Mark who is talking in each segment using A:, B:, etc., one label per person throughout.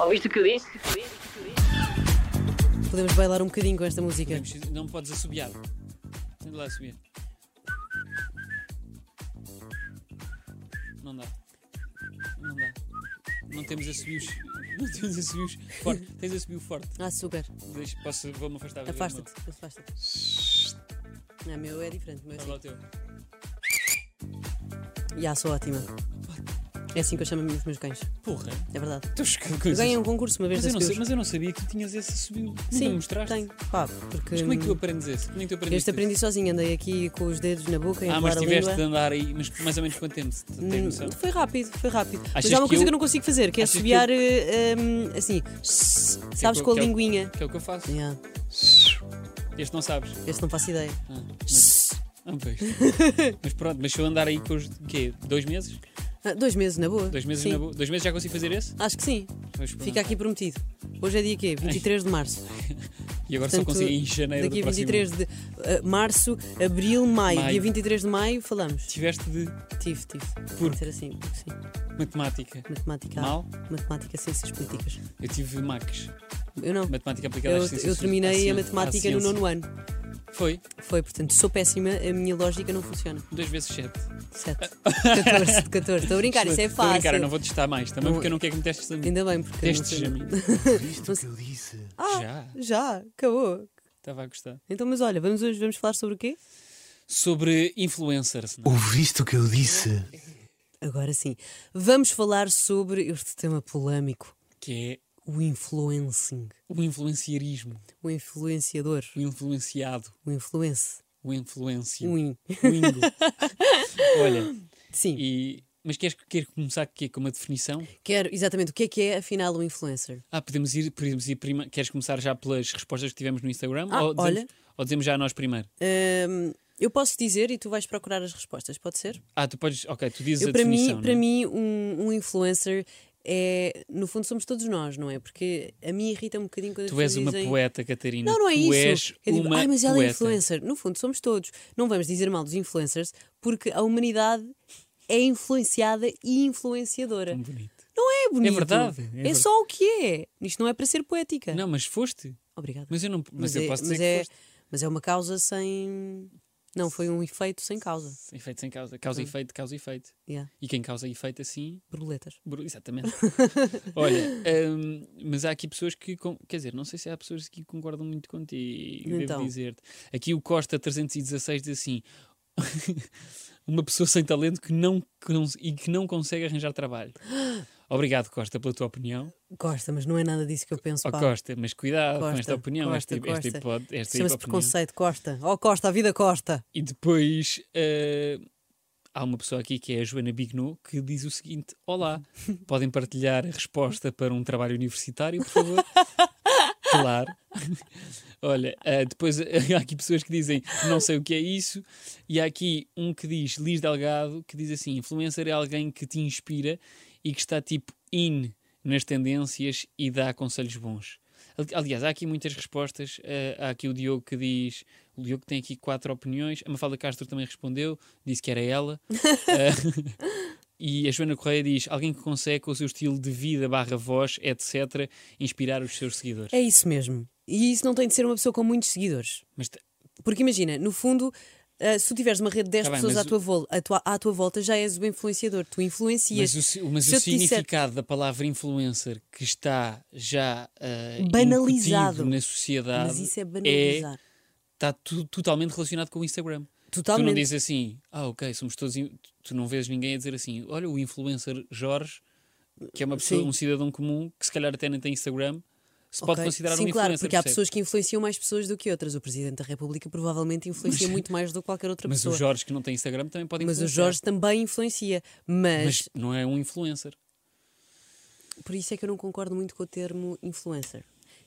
A: Ouviste o que eu disse?
B: Podemos bailar um bocadinho com esta música.
C: Podemos- Não podes assobiar. Tens lá assobiar. Não dá. Não dá. Não temos assobios. Não temos assobios forte. Tens assobio forte.
B: Ah, super.
C: Deixa, posso, vou-me afastar. a um ver o meu.
B: Afasta-te, afasta-te. Não, o meu é diferente, o meu é
C: Vai lá o
B: assim.
C: teu.
B: Já, sou ótima. É assim que eu chamo os meus cães,
C: Porra,
B: é verdade.
C: estou chocado com
B: Eu
C: isso.
B: ganhei um concurso uma vez
C: Mas eu,
B: das
C: não sei,
B: pessoas.
C: mas eu não sabia que tu tinhas esse assobio. Não
B: Sim,
C: me mostraste.
B: tenho. Pá, porque.
C: Mas como é que tu
B: hum,
C: aprendes esse? Como é que tu aprendeste
B: Este aprendi sozinha, andei aqui com os dedos na boca,
C: isso?
B: a
C: Ah, mas
B: enrolar a
C: tiveste
B: língua.
C: de andar aí, mas mais ou menos quanto tempo? Tens
B: Hum,
C: noção?
B: Foi rápido, foi rápido.
C: Achas
B: Mas há uma
C: que
B: coisa
C: eu-
B: que eu não consigo fazer, que é
C: Achas que
B: assobiar eh, hum, assim, sabes,
C: eu-
B: com a
C: que eu-
B: linguinha.
C: Que é o que eu faço.
B: Yeah,
C: Este não sabes.
B: este não faço ideia.
C: Ah, mas- Ah, pois. mas pronto, mas se eu andar aí com os quê? Dois meses?
B: Ah, dois meses, na boa.
C: Dois meses
B: Sim.
C: na boa. Dois meses já consigo fazer esse?
B: Acho que sim.
C: Vou experimentar.
B: Fica aqui prometido. Hoje é dia quê? 23 de março.
C: E agora
B: Portanto,
C: só consigo em janeiro
B: Daqui a
C: É, do próximo
B: 23 de ah, março, abril, maio.
C: Maio.
B: Dia 23 de maio falamos.
C: Tiveste de
B: Tive, tive.
C: Por-
B: Pode ser assim, porque sim.
C: matemática.
B: Matemática. A,
C: Mal?
B: Matemática, ciências políticas.
C: Eu tive Macs.
B: Eu não.
C: Matemática aplicada
B: Eu,
C: às ciências.
B: eu
C: à
B: terminei
C: ciência-
B: a
C: à
B: matemática no
C: ciência.
B: nono ano.
C: assim, Foi.
B: Foi, portanto, sou péssima, a minha lógica não funciona.
C: Dois vezes sete.
B: 7. 14, 14. Estou a brincar, isso é
C: Estou a
B: fácil.
C: brincar, eu não vou testar mais também,
B: Não-
C: porque eu não quero que me testes a mim.
B: Ainda bem, porque. não
C: Testes
B: sei-
C: a mim.
D: Visto o que eu disse?
B: Ah,
C: Já.
B: já, acabou.
C: Estava a gostar.
B: Então, mas olha, vamos hoje vamos falar sobre o quê?
C: Sobre influencers. não é?
D: Ouviste o que eu disse?
B: Agora sim. Vamos falar sobre este tema polémico:
C: é? Que
B: o influencing.
C: é o influenciarismo.
B: O influenciador.
C: O influenciado.
B: O influence.
C: O influencio.
B: O in.
C: O ingo. Olha,
B: Sim,
C: e... Mas queres, queres começar aqui com uma definição?
B: quero exatamente o que é que é, afinal, o influencer.
C: Ah, podemos ir, podemos ir prima... Queres começar já pelas respostas que tivemos no Instagram?
B: Ah,
C: ou, dizemos,
B: olha.
C: ou dizemos já a nós primeiro?
B: Ahm, Hum, eu posso dizer e tu vais procurar as respostas, pode ser?
C: Ah, tu podes. Ok, tu dizes
B: Eu,
C: a
B: para
C: definição.
B: mim,
C: não é?
B: para mim um, um influencer é. No fundo, somos todos nós, não é? Porque a mim irrita um bocadinho quando as
C: Tu és
B: pessoas
C: uma
B: dizem,
C: poeta, Catarina.
B: Não, não é
C: tu
B: isso.
C: És
B: Eu digo,
C: uma
B: Ai, mas ela é
C: poeta."
B: influencer. No fundo, somos todos. Não vamos dizer mal dos influencers, porque a humanidade é influenciada e influenciadora.
C: Tão bonito.
B: Não é bonito.
C: verdade, é
B: É,
C: verdade.
B: só o que é. Isto não é para ser poética.
C: Não, mas foste.
B: Obrigada.
C: Mas eu, não, mas eu
B: é,
C: posso
B: mas
C: dizer
B: é-
C: que foste.
B: mas é uma causa sem. Não, foi um efeito sem causa.
C: Sem Efeito sem causa. Causa e efeito, causa e efeito.
B: Yeah.
C: E quem causa efeito assim.
B: Borboletas.
C: bru- Exatamente. Olha, hum, mas há aqui pessoas que. com- Quer dizer, não sei se há pessoas que concordam muito contigo,
B: Então.
C: devo dizer-te. Aqui o Costa 316 diz assim. Uma pessoa sem talento que não, que não- e que não consegue arranjar trabalho. Obrigado, Costa, pela tua opinião.
B: Gosta, mas não é nada disso que eu penso.
C: Ó
B: pá.
C: Oh, Costa, mas cuidado com
B: Costa,
C: esta opinião, tipo,
B: Costa,
C: esta, esta
B: Costa.
C: hipótese. Esta é
B: Chama-se
C: hipopinião.
B: preconceito, Costa. Oh, Costa, a vida Costa.
C: E depois eh, há uma pessoa aqui que é a Joana Bigno que diz o seguinte: Olá, podem partilhar a resposta para um trabalho universitário, por favor? claro. Olha, eh, depois eh, há aqui pessoas que dizem não sei o que é isso, e há aqui um que diz Liz Delgado que diz assim: influencer é alguém que te inspira e que está tipo in nas tendências e dá conselhos bons. Ali- Aliás, há aqui muitas respostas. eh, há aqui o Diogo que diz: o Diogo tem aqui quatro opiniões. A Mafalda Castro também respondeu, disse que era ela. Eh, e a Joana Correia diz: alguém que consegue, com o seu estilo de vida, barra voz, etc., inspirar os seus seguidores.
B: É isso mesmo. E isso não tem de ser uma pessoa com muitos seguidores.
C: Mas t-
B: Porque imagina, no fundo, ah, se tu tiveres uma rede de 10
C: Tá bem,
B: pessoas
C: mas
B: à,
C: o-
B: tua vol- à tua- à tua volta, já és o influenciador. Tu influencias.
C: Mas o, si- mas
B: se
C: o
B: eu te disser-
C: significado da palavra influencer que está já eh,
B: Banalizado.
C: incutido na sociedade
B: Mas isso é banalizar.
C: está tu- totalmente relacionado com o Instagram. Tu não
B: Totalmente.
C: dizes assim, ah, ok, somos todos. in-" Tu não vês ninguém a dizer assim, olha, o influencer Jorge, que é uma pessoa,
B: Sim.
C: um cidadão comum, que se calhar até nem tem Instagram, se pode
B: Ok.
C: considerar
B: Sim,
C: um
B: claro,
C: influencer.
B: porque há
C: percebes?
B: pessoas que influenciam mais pessoas do que outras. O Presidente da República provavelmente influencia muito mais do que qualquer outra
C: Mas
B: pessoa.
C: o Jorge, que não tem Instagram, também pode
B: Mas
C: influenciar.
B: o Jorge também influencia.
C: Mas
B: Mas,
C: não é um influencer.
B: por isso é que eu não concordo muito com o termo influencer.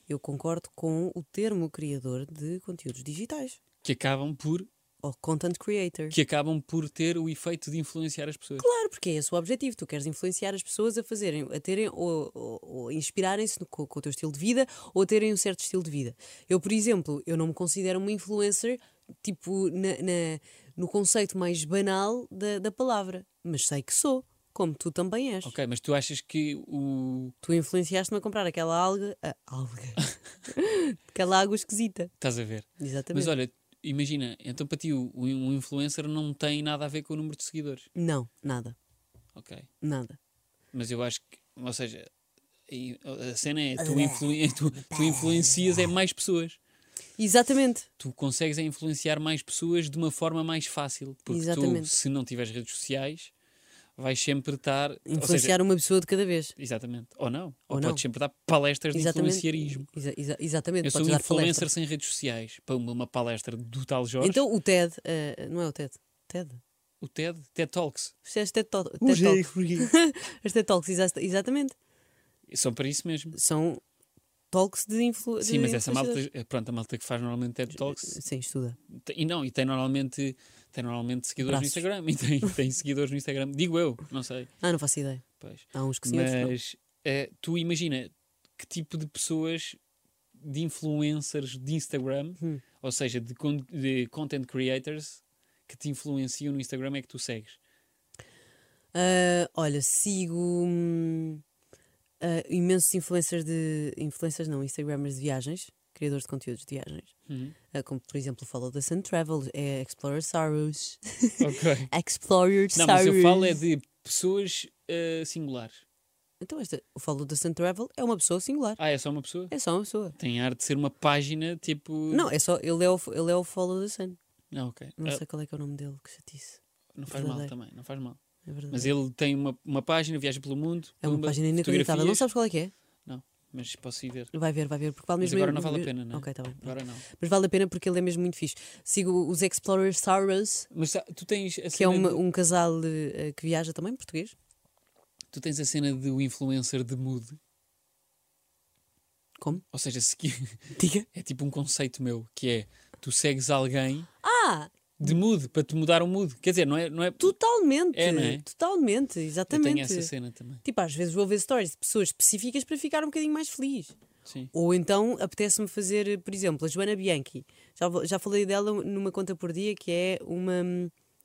B: Eu concordo com o termo criador de conteúdos digitais.
C: Que acabam por,
B: Ou content creator.
C: que acabam por ter o efeito de influenciar as pessoas.
B: Claro, porque é esse o objetivo. Tu queres influenciar as pessoas a fazerem, a terem ou, ou- ou inspirarem-se no- com, com o teu estilo de vida ou a terem um certo estilo de vida. Eu, por exemplo, eu não me considero uma influencer tipo na- na- no conceito mais banal da, da palavra, mas sei que sou. como tu também és.
C: Ok, mas tu achas que o.
B: Tu influenciaste-me a comprar aquela alga. a alga. aquela água esquisita.
C: Estás a ver?
B: Exatamente.
C: Mas olha, imagina, então para ti o, o- um influencer não tem nada a ver com o número de seguidores.
B: Não, nada.
C: Ok.
B: Nada.
C: Mas eu acho que, ou seja, e- a cena é tu, influen- tu- tu influencias é mais pessoas.
B: Exatamente.
C: Tu consegues é influenciar mais pessoas de uma forma mais fácil. Porque
B: Exatamente.
C: tu, se não tiveres redes sociais, vais sempre estar. ou seja,
B: Influenciar uma pessoa de cada vez.
C: Exatamente. Ou não. Ou,
B: Ou não.
C: podes sempre dar palestras de
B: Exatamente.
C: influenciarismo.
B: Exa- exa- exatamente.
C: Eu sou
B: Podes
C: um
B: dar
C: influencer
B: palestra.
C: sem redes sociais. Para uma, uma palestra do tal Jorge,
B: Então o TED, eh, não é o TED? TED?
C: o TED, TED Talks.
B: Isto é as TED, Talk- TED Talks. As TED Talks, exa- exatamente.
C: São para isso mesmo.
B: São talks de influência.
C: Sim, mas essa malta, pronto, a malta que faz normalmente TED Talks
B: é Sim, estuda.
C: Tem- E não, e tem normalmente, tem normalmente seguidores
B: Braços.
C: no Instagram. E tem, tem seguidores no Instagram. Digo eu, não sei.
B: Ah, não faço ideia.
C: Pois.
B: Há uns que sim, outros não.
C: Mas eh, tu imagina que tipo de pessoas, de influencers de Instagram,
B: Hum.
C: ou seja, de, con- de content creators que te influenciam no Instagram é que tu segues.
B: Ah, olha, sigo hum, ah, imensos influencers de. Influencers não, Instagrammers de viagens, criadores de conteúdos de viagens.
C: Uhum.
B: Ah, como por exemplo falou da Sun Travel, é Explorer Saros.
C: Ok.
B: Explorer
C: não,
B: Saros.
C: mas eu falo é de pessoas eh, singulares.
B: Então, esta, o falou da Sun Travel é uma pessoa singular.
C: Ah, é só uma pessoa?
B: É só uma pessoa.
C: Tem ar de ser uma página tipo.
B: Não, é só. Ele é o, ele é o follow da Sun.
C: Não, ok.
B: Não
C: Ah,
B: sei qual é que é o nome dele, que chatice.
C: não faz mal
B: verdadeiro.
C: também, não faz mal.
B: É verdade.
C: Mas ele tem uma, uma página, viaja pelo mundo.
B: é uma
C: pumba,
B: página inacreditável. Não
C: fotografias,
B: sabes qual é que é?
C: Mas posso ir ver.
B: Vai ver, vai ver. Porque vale
C: Mas
B: mesmo
C: agora
B: eu-
C: não vale a
B: eu-
C: pena, não é?
B: Ok, tá bem.
C: Agora não.
B: Mas vale a pena porque ele é mesmo muito fixe. Sigo os Explorer Saros,
C: Mas sa- tu tens, a
B: que é
C: cena
B: uma-
C: de-
B: um casal eh, que viaja também, português.
C: tu tens a cena do influencer de mood.
B: Como?
C: Ou seja, segui-
B: Diga.
C: é tipo um conceito meu, que é tu segues alguém
B: Ah,
C: de mood, para te mudar o mood. Quer dizer, não é. Não é
B: totalmente.
C: É, não é?
B: Totalmente,
C: eu
B: exatamente.
C: tenho essa cena também.
B: Tipo, às vezes vou ver stories de pessoas específicas para ficar um bocadinho mais feliz.
C: Sim.
B: Ou então apetece-me fazer, por exemplo, a Joana Bianchi. Já, vou- já falei dela numa conta por dia, que é uma,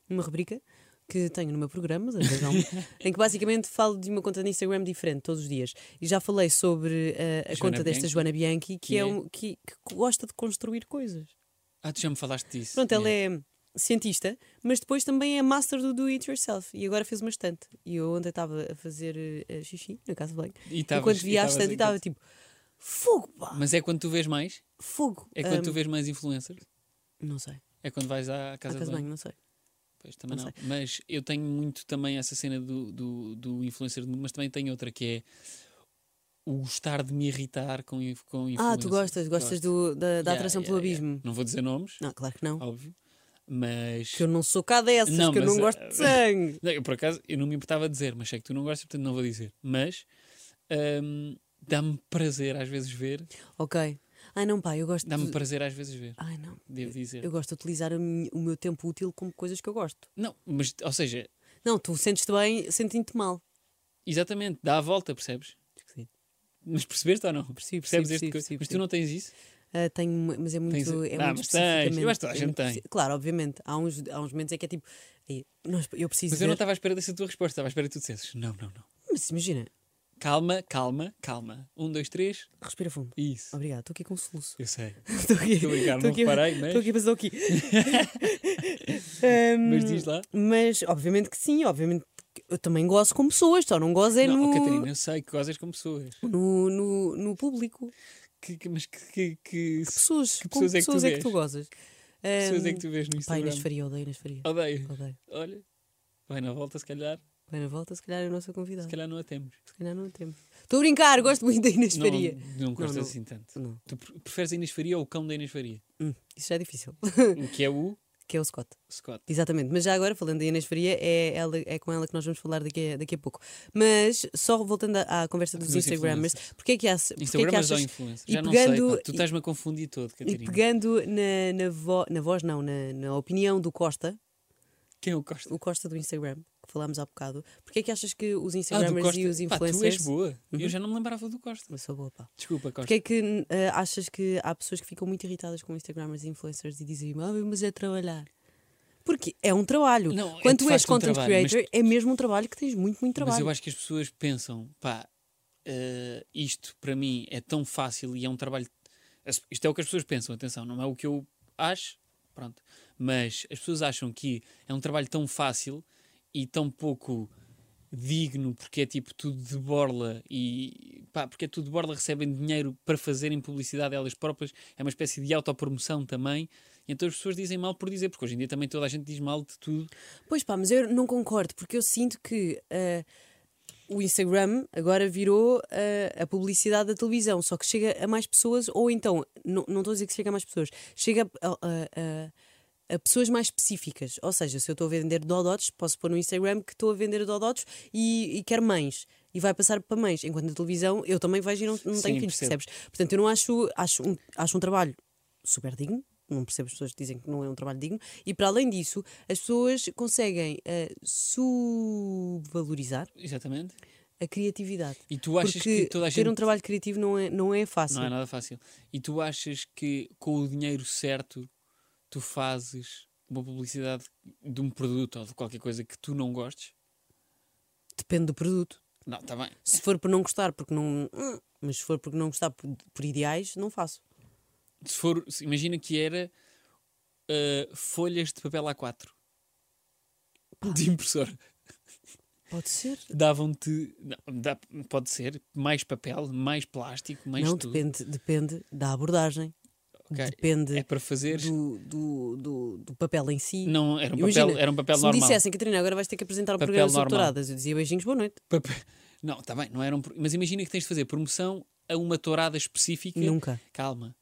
B: uma rubrica que tenho no meu programa, da Razão, em que basicamente falo de uma conta no Instagram diferente todos os dias. E já falei sobre eh, a
C: Joana
B: conta desta
C: Bianchi,
B: Joana Bianchi, que,
C: que
B: é
C: é?
B: um, que, que gosta de construir coisas.
C: Ah, tu já me falaste disso. né?
B: Pronto, ela
C: Yeah.
B: é cientista, mas depois também é master do do it yourself. E agora fez uma estante. E eu ontem estava a fazer eh, xixi, na casa de banho.
C: E
B: E
C: tavas-
B: quando vi a
C: tavas
B: estante,
C: em-
B: estava tipo: fogo, pá,
C: Mas é quando tu vês mais?
B: fogo.
C: É quando
B: Ahm,
C: tu vês mais influencers?
B: Não sei.
C: É quando vais
B: Casa,
C: à casa,
B: casa
C: de
B: de
C: banho?
B: banho, não sei.
C: Pois, também
B: Não
C: não. Mas eu tenho muito também essa cena do, do, do influencer, mas também tenho outra que é o gostar de me irritar com, inf- com
B: Ah, tu
C: influencers.
B: gostas, gostas do,
C: Gosto.
B: da, da
C: Yeah,
B: atração
C: yeah,
B: pelo
C: yeah.
B: abismo.
C: Não vou dizer nomes,
B: Não, claro que não.
C: óbvio, mas.
B: Que eu não sou cá dessas,
C: Não,
B: que eu
C: mas,
B: não
C: ah,
B: gosto de sangue.
C: Não, eu, por acaso, eu não me importava de dizer, mas sei que tu não gostas, portanto não vou dizer. Mas hum, dá-me prazer às vezes ver.
B: ok. Ai não, pá, eu gosto
C: Dá-me
B: de.
C: prazer às vezes ver,
B: Ai não.
C: devo dizer.
B: Eu gosto de utilizar a minha- o meu tempo útil como coisas que eu gosto.
C: Não, mas, ou seja,
B: Não, tu sentes-te bem, sentindo-te mal.
C: exatamente, dá a volta, percebes?
B: Esquisito.
C: Mas percebeste ou não?
B: Percebo,
C: Percebes
B: percebo,
C: este
B: percebo,
C: co-
B: percebo,
C: Mas tu
B: percebo.
C: não tens isso?
B: Ah, tenho, uma- mas é muito.
C: Tens-
B: é
C: Ah,
B: muito
C: mas tens, eu acho
B: especificamente-
C: que toda
B: é
C: a gente
B: muito
C: tem.
B: especi- Claro, obviamente. Há uns, há uns momentos é que é tipo. aí, nós- eu preciso.
C: Mas eu não
B: ver-
C: estava à espera dessa tua resposta, estava à espera que tu dissesses. Não, não, não.
B: Mas imagina,
C: Calma, calma, calma. Um, dois, três,
B: respira fundo.
C: isso.
B: Obrigado, estou aqui com um soluço.
C: Eu sei.
B: Estou aqui.
C: Estou a brincar,
B: estou
C: não
B: aqui-
C: reparei, mas-
B: Estou aqui, mas estou aqui. Ahm,
C: Mas diz lá.
B: Mas, obviamente que sim, obviamente que eu também gosto com pessoas, só não gosto é
C: não, oh,
B: no,
C: Catarina, eu sei que gozas com pessoas.
B: no, no, no público.
C: Que, que- mas que, que, que
B: Que pessoas,
C: que
B: com
C: pessoas é que tu
B: pessoas é que
C: vês?
B: tu gozas.
C: pessoas é
B: Ahm,
C: que tu vês no
B: Pá, Inês
C: Instagram?
B: Faria, odeio Inês Faria.
C: Odeio.
B: Odeio.
C: Olha, vai na volta, se calhar,
B: Bem, na volta, se calhar é a nossa convidada.
C: se calhar não a temos.
B: Se calhar não temos. Estou a brincar, gosto muito da Inês
C: Não,
B: Faria.
C: não gostas
B: não.
C: assim tanto.
B: Não.
C: Tu pre- preferes a Inês Faria ou o cão da Inês Faria?
B: Hum, isso já é difícil.
C: O que é o
B: que é o Scott.
C: Scott.
B: Exatamente, mas já agora, falando da Inês Faria, é, ela, é com ela que nós vamos falar daqui a, daqui a pouco. Mas só voltando à, à conversa dos
C: Dos
B: Instagrammers,
C: influencers.
B: porque é que, achas- porque é que
C: Instagramas ou
B: achas.
C: influencer?
B: e
C: Já não
B: pegando-
C: sei. pá, Tu
B: e-
C: estás-me a confundir todo,
B: E
C: Catarina.
B: pegando na, na, vo- na voz, não, na, na opinião do Costa,
C: Quem é o Costa?
B: o Costa do Instagram, que falámos há bocado, porque é que achas que os
C: Ah, do
B: Instagrammers e
C: Costa.
B: os
C: Pá, tu és
B: influencers. Uhum.
C: boa. Eu já não me lembrava do Costa.
B: Eu sou boa, pá.
C: Desculpa, Costa.
B: Porque é que eh, achas que há pessoas que ficam muito irritadas com Instagramers e influencers e dizem, ah, mas é trabalhar. Porque é um trabalho.
C: Não, é
B: Quando
C: de
B: tu és
C: facto um
B: content
C: trabalho, mas-
B: creator, é mesmo um trabalho que tens muito, muito
C: Mas
B: trabalho.
C: eu acho que as pessoas pensam, pá, eh, isto para mim é tão fácil e é um trabalho. as- Isto é o que as pessoas pensam, atenção, não é o que eu acho, pronto. Mas as pessoas acham que é um trabalho tão fácil e tão pouco digno porque é tipo tudo de borla e pá, porque é tudo de borla, recebem dinheiro para fazerem publicidade elas próprias, é uma espécie de autopromoção também. E então as pessoas dizem mal por dizer, porque hoje em dia também toda a gente diz mal de tudo.
B: Pois pá, mas eu não concordo, porque eu sinto que ah, o Instagram agora virou ah, a publicidade da televisão, só que chega a mais pessoas, ou então, não não estou a dizer que chega a mais pessoas, chega a, a- a- a pessoas mais específicas. Ou seja, se eu estou a vender dodotes, posso pôr no Instagram que estou a vender dodotes e, e quero mães. E vai passar para mães, enquanto na televisão eu também vejo e não, não
C: Sim,
B: tenho filhos,
C: percebo.
B: percebes? Portanto, eu não acho, acho, um, acho um trabalho super digno. Não percebo as pessoas que dizem que não é um trabalho digno. E para além disso, as pessoas conseguem eh, subvalorizar
C: Exatamente.
B: a criatividade.
C: E tu achas
B: Porque
C: que toda a
B: ter
C: gente
B: um trabalho criativo não é, não é fácil.
C: Não é nada fácil. E tu achas que com o dinheiro certo tu fazes uma publicidade de um produto ou de qualquer coisa que tu não gostes?
B: Depende do produto.
C: Não, está bem.
B: Se for por não gostar, porque não. hum, Mas se for porque não gostar por, por ideais, não faço.
C: Se for, se- imagina que era ah, folhas de papel A4 de impressora.
B: Pode ser.
C: Davam-te. não, dá- Pode ser mais papel, mais plástico, mais
B: não,
C: tudo.
B: depende, depende da abordagem.
C: Ok.
B: Depende
C: É para fazer.
B: do, do, do, do papel em si.
C: Não, era um
B: Imagina,
C: papel, era um papel
B: se me
C: normal.
B: dissessem, Catarina, agora vais ter que apresentar um
C: Papel
B: programa sobre
C: normal.
B: touradas, eu dizia beijinhos, boa noite.
C: Papel- Não, está bem, não era um. pro- Mas imagina que tens de fazer promoção a uma tourada específica.
B: Nunca,
C: calma,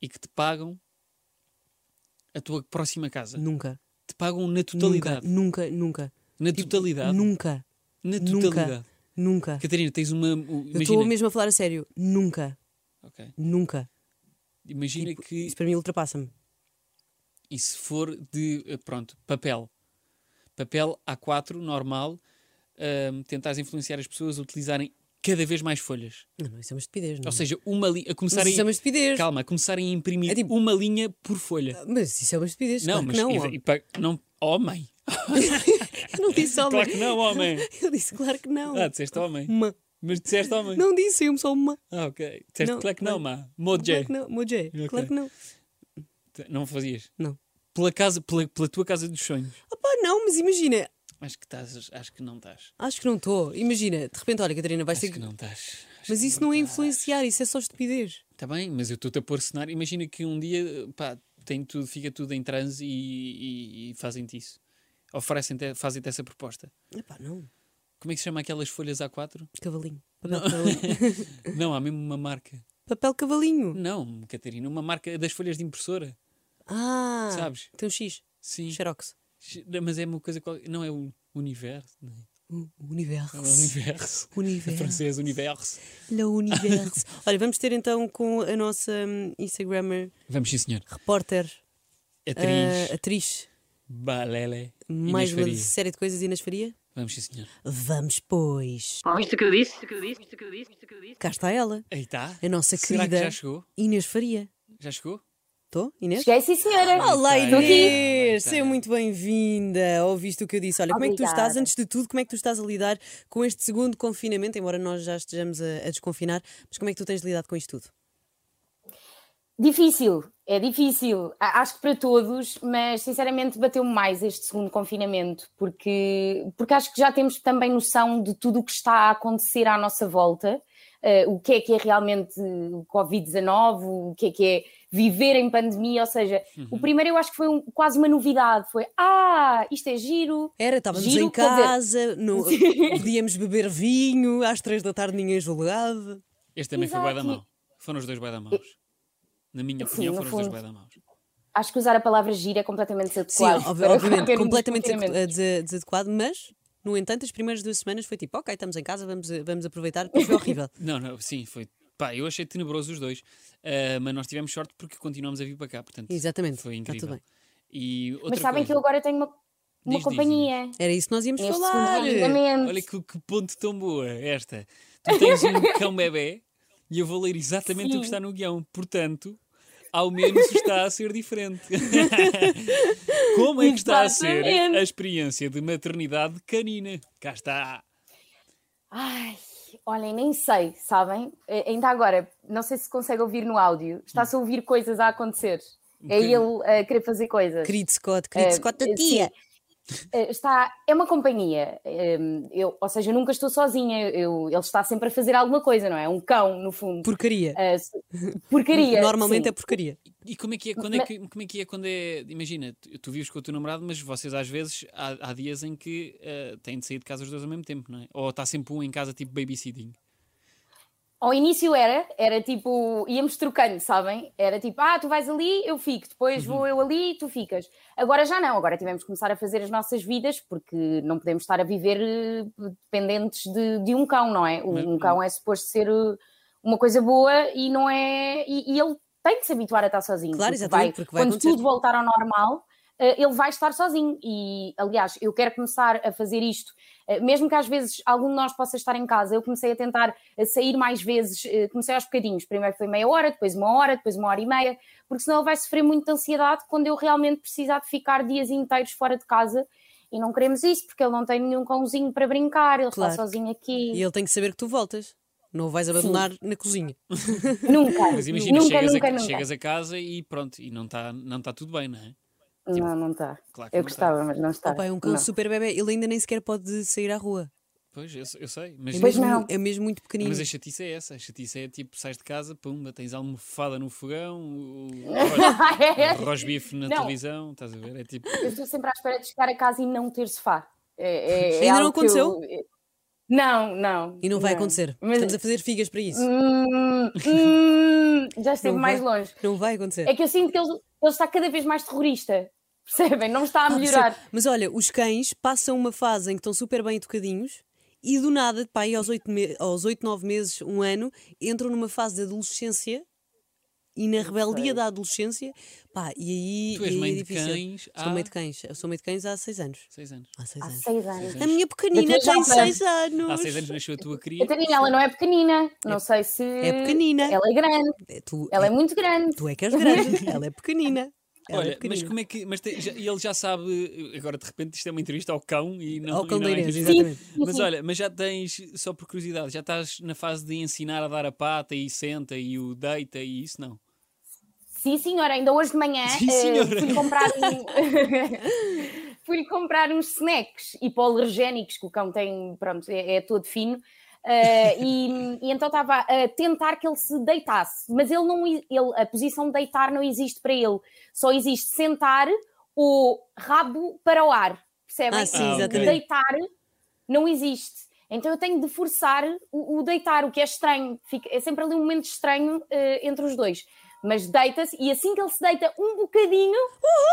C: e que te pagam a tua próxima casa.
B: nunca,
C: Te pagam na totalidade.
B: nunca, nunca,
C: Na
B: Tipo,
C: totalidade.
B: nunca,
C: na
B: nunca.
C: totalidade.
B: nunca.
C: Catarina, tens uma. o-
B: Eu estou
C: Imagina,
B: mesmo a falar a sério, nunca,
C: Ok.
B: nunca.
C: imagina
B: Tipo,
C: que.
B: Isso para mim ultrapassa-me.
C: E se for de. eh, Pronto, papel. Papel A4, normal. hum, tentares influenciar as pessoas a utilizarem cada vez mais folhas.
B: Não, não, isso é uma estupidez. Não.
C: Ou seja, uma li- a
B: mas
C: começarem.
B: isso é uma estupidez.
C: Calma, a começarem a imprimir
B: É tipo-
C: uma linha por folha.
B: Mas isso é uma estupidez.
C: não,
B: claro
C: mas.
B: que não,
C: e-
B: homem.
C: e pa- não, homem!
B: Eu não disse homem.
C: Claro que não, homem!
B: Eu disse claro que não.
C: Ah, disseste homem.
B: Uma.
C: Mas disseste homem.
B: Não disse, eu só uma.
C: Ah, ok. Disseste
B: Não,
C: claro que não,
B: não.
C: má. Mojé.
B: Claro que não, Mojé.
C: Ok.
B: Claro que não.
C: Não. fazias?
B: Não.
C: Pela, casa, pela, pela tua casa dos sonhos.
B: Opa, não, mas imagina,
C: Acho que estás. Acho que não estás.
B: acho que não estou. Imagina, de repente, olha, Catarina, vais
C: Acho
B: ter
C: que
B: É assim que.
C: não estás. Acho
B: Mas
C: que
B: isso não é
C: estás.
B: influenciar, isso é só estupidez.
C: Está Tá bem, mas eu estou-te a pôr cenário. Imagina que um dia, pá, tem tudo, fica tudo em transe e, e- e fazem-te isso. Oferecem-te, fazem-te essa proposta.
B: Epá, não.
C: Como é que se chama aquelas folhas A4?
B: Cavalinho. Papel cavalinho.
C: Não, há mesmo uma marca.
B: Papel cavalinho.
C: Não, Catarina, uma marca das folhas de impressora.
B: Ah,
C: Sabes?
B: tem um X.
C: Sim.
B: Xerox.
C: X- Mas é uma coisa. qual- Não é o universo. Não é?
B: O
C: É o
B: Um universo.
C: universo. É
B: Universo.
C: francês, universo.
B: Le universo. Olha, vamos ter então com a nossa hum, Instagrammer,
C: Vamos sim, senhor.
B: repórter,
C: Atriz,
B: ah, atriz,
C: Balele,
B: mais uma
C: Faria.
B: série de coisas, Inês Faria.
C: Vamos sim, senhor.
B: Vamos, pois.
A: Ouviste o que eu disse? Ouviste o que eu disse? Ouviste o que eu disse? Ouviste o que eu disse?
B: Cá está ela,
C: Aí está.
B: a nossa
C: Será que
B: querida
C: já chegou?
B: Inês Faria.
C: Já chegou?
B: Estou, Inês?
E: Cheguei, sim, senhora.
B: Olá,
C: Estou aqui.
B: Inês!
C: Olá,
B: Seja
C: então.
B: muito bem-vinda! Ouviste o que eu disse? Olha, como é que tu
E: Obrigada.
B: estás? Antes de tudo, como é que tu estás a lidar com este segundo confinamento? Embora nós já estejamos a, a desconfinar, mas como é que tu tens lidado com isto tudo?
E: Difícil, é difícil. A- Acho que para todos, mas sinceramente bateu-me mais este segundo confinamento, porque, porque acho que já temos também noção de tudo o que está a acontecer à nossa volta, eh, o que é que é realmente o Covid-19, o que é que é viver em pandemia, ou seja, o
C: Uhum.
E: primeiro eu acho que foi um- quase uma novidade, foi ah, isto é giro,
B: Era, estávamos
E: Giro, é-
B: em
E: quer dizer-
B: casa, no- podíamos beber vinho, às três da tarde ninguém julgava.
C: Este também foi
E: Exato.
C: bué da mão. Foram os dois bué da mãos. Na minha
E: Sim,
C: opinião,
E: no
C: foram os dois
E: fundo.
C: bué da mãos.
E: acho que usar a palavra giro é completamente
B: Sim,
E: desadequado.
B: ob-
E: para
B: obviamente,
E: qualquer um dos
B: completamente
E: confinamentos.
C: eh,
B: desa- desa- desadequado, mas, no entanto, as primeiras duas semanas foi tipo, ok, estamos em casa, vamos, vamos aproveitar, depois foi horrível.
C: Não, não, sim, foi. Pá, eu achei tenebroso os dois. Ah, mas nós tivemos sorte porque continuamos a vir para cá, portanto.
B: Exatamente,
C: Foi
B: está
C: incrível.
B: tudo bem.
C: E outra
E: Mas sabem que eu
C: coisa,
E: agora tenho uma, uma
C: Diz, diz,
E: companhia.
B: Era isso que nós íamos
E: Neste
B: falar.
E: segundo confinamento.
C: Olha que, que ponto tão boa esta. Tu tens um cão bebê e eu vou ler exatamente o que
E: Sim.
C: está no guião. Portanto, ao menos está a ser diferente. Como é que está a ser
E: Exatamente.
C: a experiência de maternidade canina? Cá está.
E: Ai, olhem, nem sei, sabem? Eh, Ainda agora, não sei se consegue ouvir no áudio, está-se a ouvir coisas a acontecer. É ele
C: bocadinho.
E: a querer fazer coisas.
B: Querido Scott, querido
E: Eh,
B: Scott da
E: eh,
B: tia.
E: sim. Eh, Está, é uma companhia, Em, eu, ou seja, eu nunca estou sozinha, eu- ele está sempre a fazer alguma coisa, não é? Um cão, no fundo.
B: Porcaria.
E: Eh, se- porcaria.
B: Normalmente é
E: sim.
B: porcaria.
C: E como é que é quando é que, como é, que é, quando é imagina, tu, tu vives com o teu namorado, mas vocês às vezes há, há dias em que eh, têm de sair de casa os dois ao mesmo tempo, não é? Ou está sempre um em casa tipo babysitting.
E: Ao início era, era tipo, íamos trocando, sabem? Era tipo, ah, tu vais ali, eu fico, depois vou eu ali, tu ficas. Agora já não, agora tivemos que começar a fazer as nossas vidas, porque não podemos estar a viver eh, dependentes de, de um cão, não é?
C: Mas-
B: Uhum.
E: Um, um cão é suposto ser eh, uma coisa boa e não é. E, e ele tem que se habituar a estar sozinho.
B: Claro,
E: porque
B: exatamente, porque vai
E: Quando
B: acontecer.
E: tudo voltar ao normal, eh, ele vai estar sozinho. E, aliás, eu quero começar a fazer isto, eh, mesmo que às vezes algum de nós possa estar em casa. Eu comecei a tentar a sair mais vezes, eh, comecei aos bocadinhos. Primeiro foi meia hora, depois uma hora, depois uma hora e meia, porque senão ele vai sofrer muito de ansiedade quando eu realmente precisar de ficar dias inteiros fora de casa. E não queremos isso, porque ele não tem nenhum cãozinho para brincar, ele
B: Claro.
E: está sozinho aqui.
B: E ele tem que saber que tu voltas. Não o vais abandonar na cozinha.
E: Nunca.
C: Mas imagina,
E: nunca,
C: chegas,
E: nunca,
C: a,
E: nunca.
C: chegas a casa e pronto, e não está não tá tudo bem, não é?
E: Não, não está.
C: Claro que
E: Eu
C: não tá.
E: gostava, mas não está.
B: tipo Opa, é um cão
E: Não.
B: super bebê. Ele ainda nem sequer pode sair à rua.
C: Pois, eu, eu sei,
B: É
C: mas,
E: Pois
B: mesmo,
E: não.
B: é mesmo muito pequenino.
C: mas a chatice é essa. A chatice é tipo, sais de casa, pumba, tens a almofada no fogão, o, o rosbife na
E: Não.
C: televisão, estás a ver? É tipo,
E: Ah, é? Eu estou sempre à espera de chegar a casa e não ter sofá. É, é- é
B: Ainda não
E: algo que eu- Não, não.
B: E não vai acontecer.
E: Mas-
B: Estamos a fazer figas para isso.
E: Hum, hum, já esteve
B: Não
E: mais
B: vai-
E: longe.
B: Não vai acontecer.
E: É que eu sinto que ele, ele está cada vez mais terrorista. Percebem? Não está a
B: Ah,
E: melhorar.
B: percebo. Mas olha, os cães passam uma fase em que estão super bem educadinhos e do nada, pá, aí aos 8, me... aos 8 9 meses, um ano, entram numa fase de adolescência e na rebeldia da adolescência, pá, e aí,
C: tu és
B: e aí
C: mãe
B: é
C: de
B: difícil.
C: cães
B: Sou
C: há
B: mãe de cães. Eu sou mãe de cães há 6 anos.
C: seis anos.
B: Há 6
E: Há
B: anos.
E: seis anos.
B: A minha pequenina
E: Eu já
B: tem
E: sei.
B: 6
C: Há
B: anos.
C: seis anos nasceu a tua
E: A
C: cria.
E: Tarina, ela não é pequenina. Não sei se.
B: é pequenina.
E: Ela é grande.
B: É, Tu,
E: Ela é
B: é-
E: muito grande.
B: tu é que és grande. Ela é pequenina. Ela é
C: Olha, mas
B: pequenina.
C: como é que. Mas tem- já- e ele já sabe. Agora de repente isto é uma entrevista ao cão e não.
B: Ao cão
C: e não é
B: da Inês,
C: entrevista.
B: exatamente.
C: Mas olha, mas já tens, só por curiosidade, já estás na fase de ensinar a dar a pata e senta e o deita e isso não.
E: Sim, senhora, ainda hoje de manhã
C: Sim,
E: eh,
C: senhora.
E: fui comprar um... fui comprar uns snacks hipoalergénicos que o cão tem, pronto, é, é todo fino. eh, e, e então estava a tentar que ele se deitasse, mas ele não, i- ele, a posição de deitar não existe para ele, só existe sentar o rabo para o ar, percebem?
B: Ah, sim,
E: O
B: exatamente.
E: Deitar não existe. Então eu tenho de forçar o, o deitar, o que é estranho. Fica- é sempre ali um momento estranho eh, entre os dois. Mas deita-se e assim que ele se deita um bocadinho,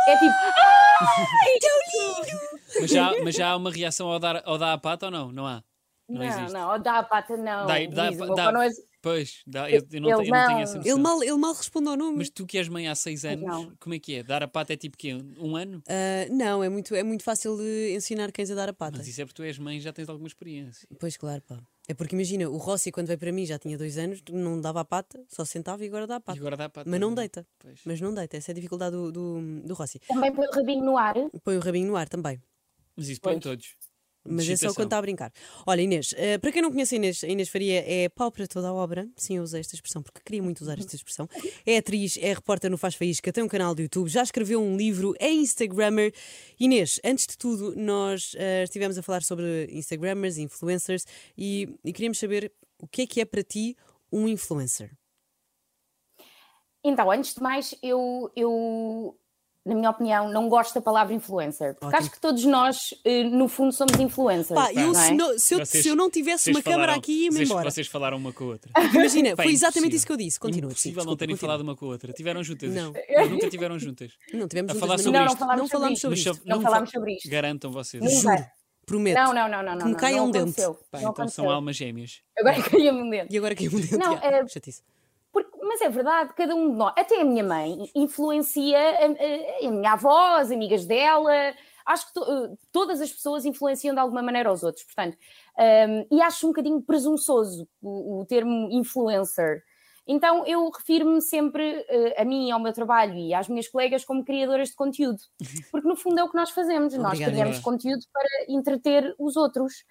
E: é tipo. "Ai!"
C: Mas já, mas já há uma reação ao dar, ao dar a pata ou não? Não há? Não,
E: Não,
C: existe.
E: não, oh, dá a pata, não.
C: Dá- dá-
E: diz, o meu
C: dá-
E: pau não é-
C: Pois, dá, eu, eu não,
E: Ele
C: te- eu não tenho
E: não.
C: essa noção.
B: Ele mal, ele mal responde ao nome.
C: Mas tu que és mãe há seis anos,
E: Não.
C: como é que é? Dar a pata é tipo quê? Um ano?
B: Ah, não, é muito, é muito fácil de ensinar cães a dar a pata.
C: Mas isso é porque tu és mãe e já tens alguma experiência.
B: Pois claro, pá. É porque imagina, o Rossi quando veio para mim já tinha dois anos, não dava a pata, só sentava e agora dá a
C: E
B: pata.
C: agora dá a pata.
B: Mas não
C: né?
B: deita.
C: Pois. Mas,
B: Mas não deita, essa é a dificuldade do, do, do Rossi.
E: Também põe o rabinho no ar.
B: Põe o rabinho no ar também.
C: isso põe
E: Pois.
C: todos.
B: Mas é só
C: Excitação.
B: quando está a brincar. Olha, Inês, eh, para quem não conhece a Inês, a Inês Faria é pau para toda a obra. Sim, eu usei esta expressão porque queria muito usar esta expressão. É atriz, é repórter no Faz Faísca, tem um canal do YouTube, já escreveu um livro, é Instagrammer. Inês, antes de tudo, nós eh, estivemos a falar sobre Instagrammers, influencers e, e queríamos saber o que é que é para ti um influencer.
E: Então, antes de mais, eu, eu, na minha opinião, não gosto da palavra influencer. Porque
B: Ótimo.
E: acho que todos nós, eh, no fundo, somos influencers.
B: Pá, eu,
E: não é?
B: se, não, se, eu,
C: Vocês-
B: se eu não tivesse
C: Vocês
B: uma câmara
C: falaram-
B: aqui, ia-me
C: vocês-
B: embora.
C: Vocês falaram uma com a outra.
B: Imagina,
C: Pá,
B: foi exatamente
C: impossível.
B: isso que eu disse. Continua. sim,
C: É Impossível não
B: desculpa,
C: terem
B: continua.
C: falado uma com a outra. Tiveram juntas.
B: Não.
C: Mas nunca tiveram juntas.
B: Não tivemos
C: A
B: juntas,
C: falar
B: mas
C: sobre
E: Não, não
C: isto.
E: falámos
B: Não
E: sobre
B: falámos
E: isto.
B: sobre
C: Mas
B: isto.
C: só-
E: Não
C: fa-
E: falámos sobre isto.
C: Garantam vocês.
E: Não.
B: Juro, prometo.
E: Não, não, não, não.
B: Que
E: não,
B: me
E: não,
B: caia
E: não
B: um dente.
E: aconteceu.
C: Pá,
E: Não
C: então são
E: aconteceu.
C: almas gêmeas.
E: Agora caía-me um dente.
B: E agora caiu um dente.
E: Não,
B: já,
E: eh,
B: chatice.
E: Porque- mas é verdade, cada um de nós, até a minha mãe, influencia a, a- a minha avó, as amigas dela. Acho que to- eh, todas as pessoas influenciam de alguma maneira aos outros, ehm, portanto. hum, e acho um bocadinho presunçoso o, o termo influencer. Então eu refiro-me sempre eh, a mim, ao meu trabalho e às minhas colegas como criadoras de conteúdo, porque no fundo é o que nós fazemos, nós
B: Obrigada,
E: criamos
C: Inês.
E: conteúdo para entreter os outros,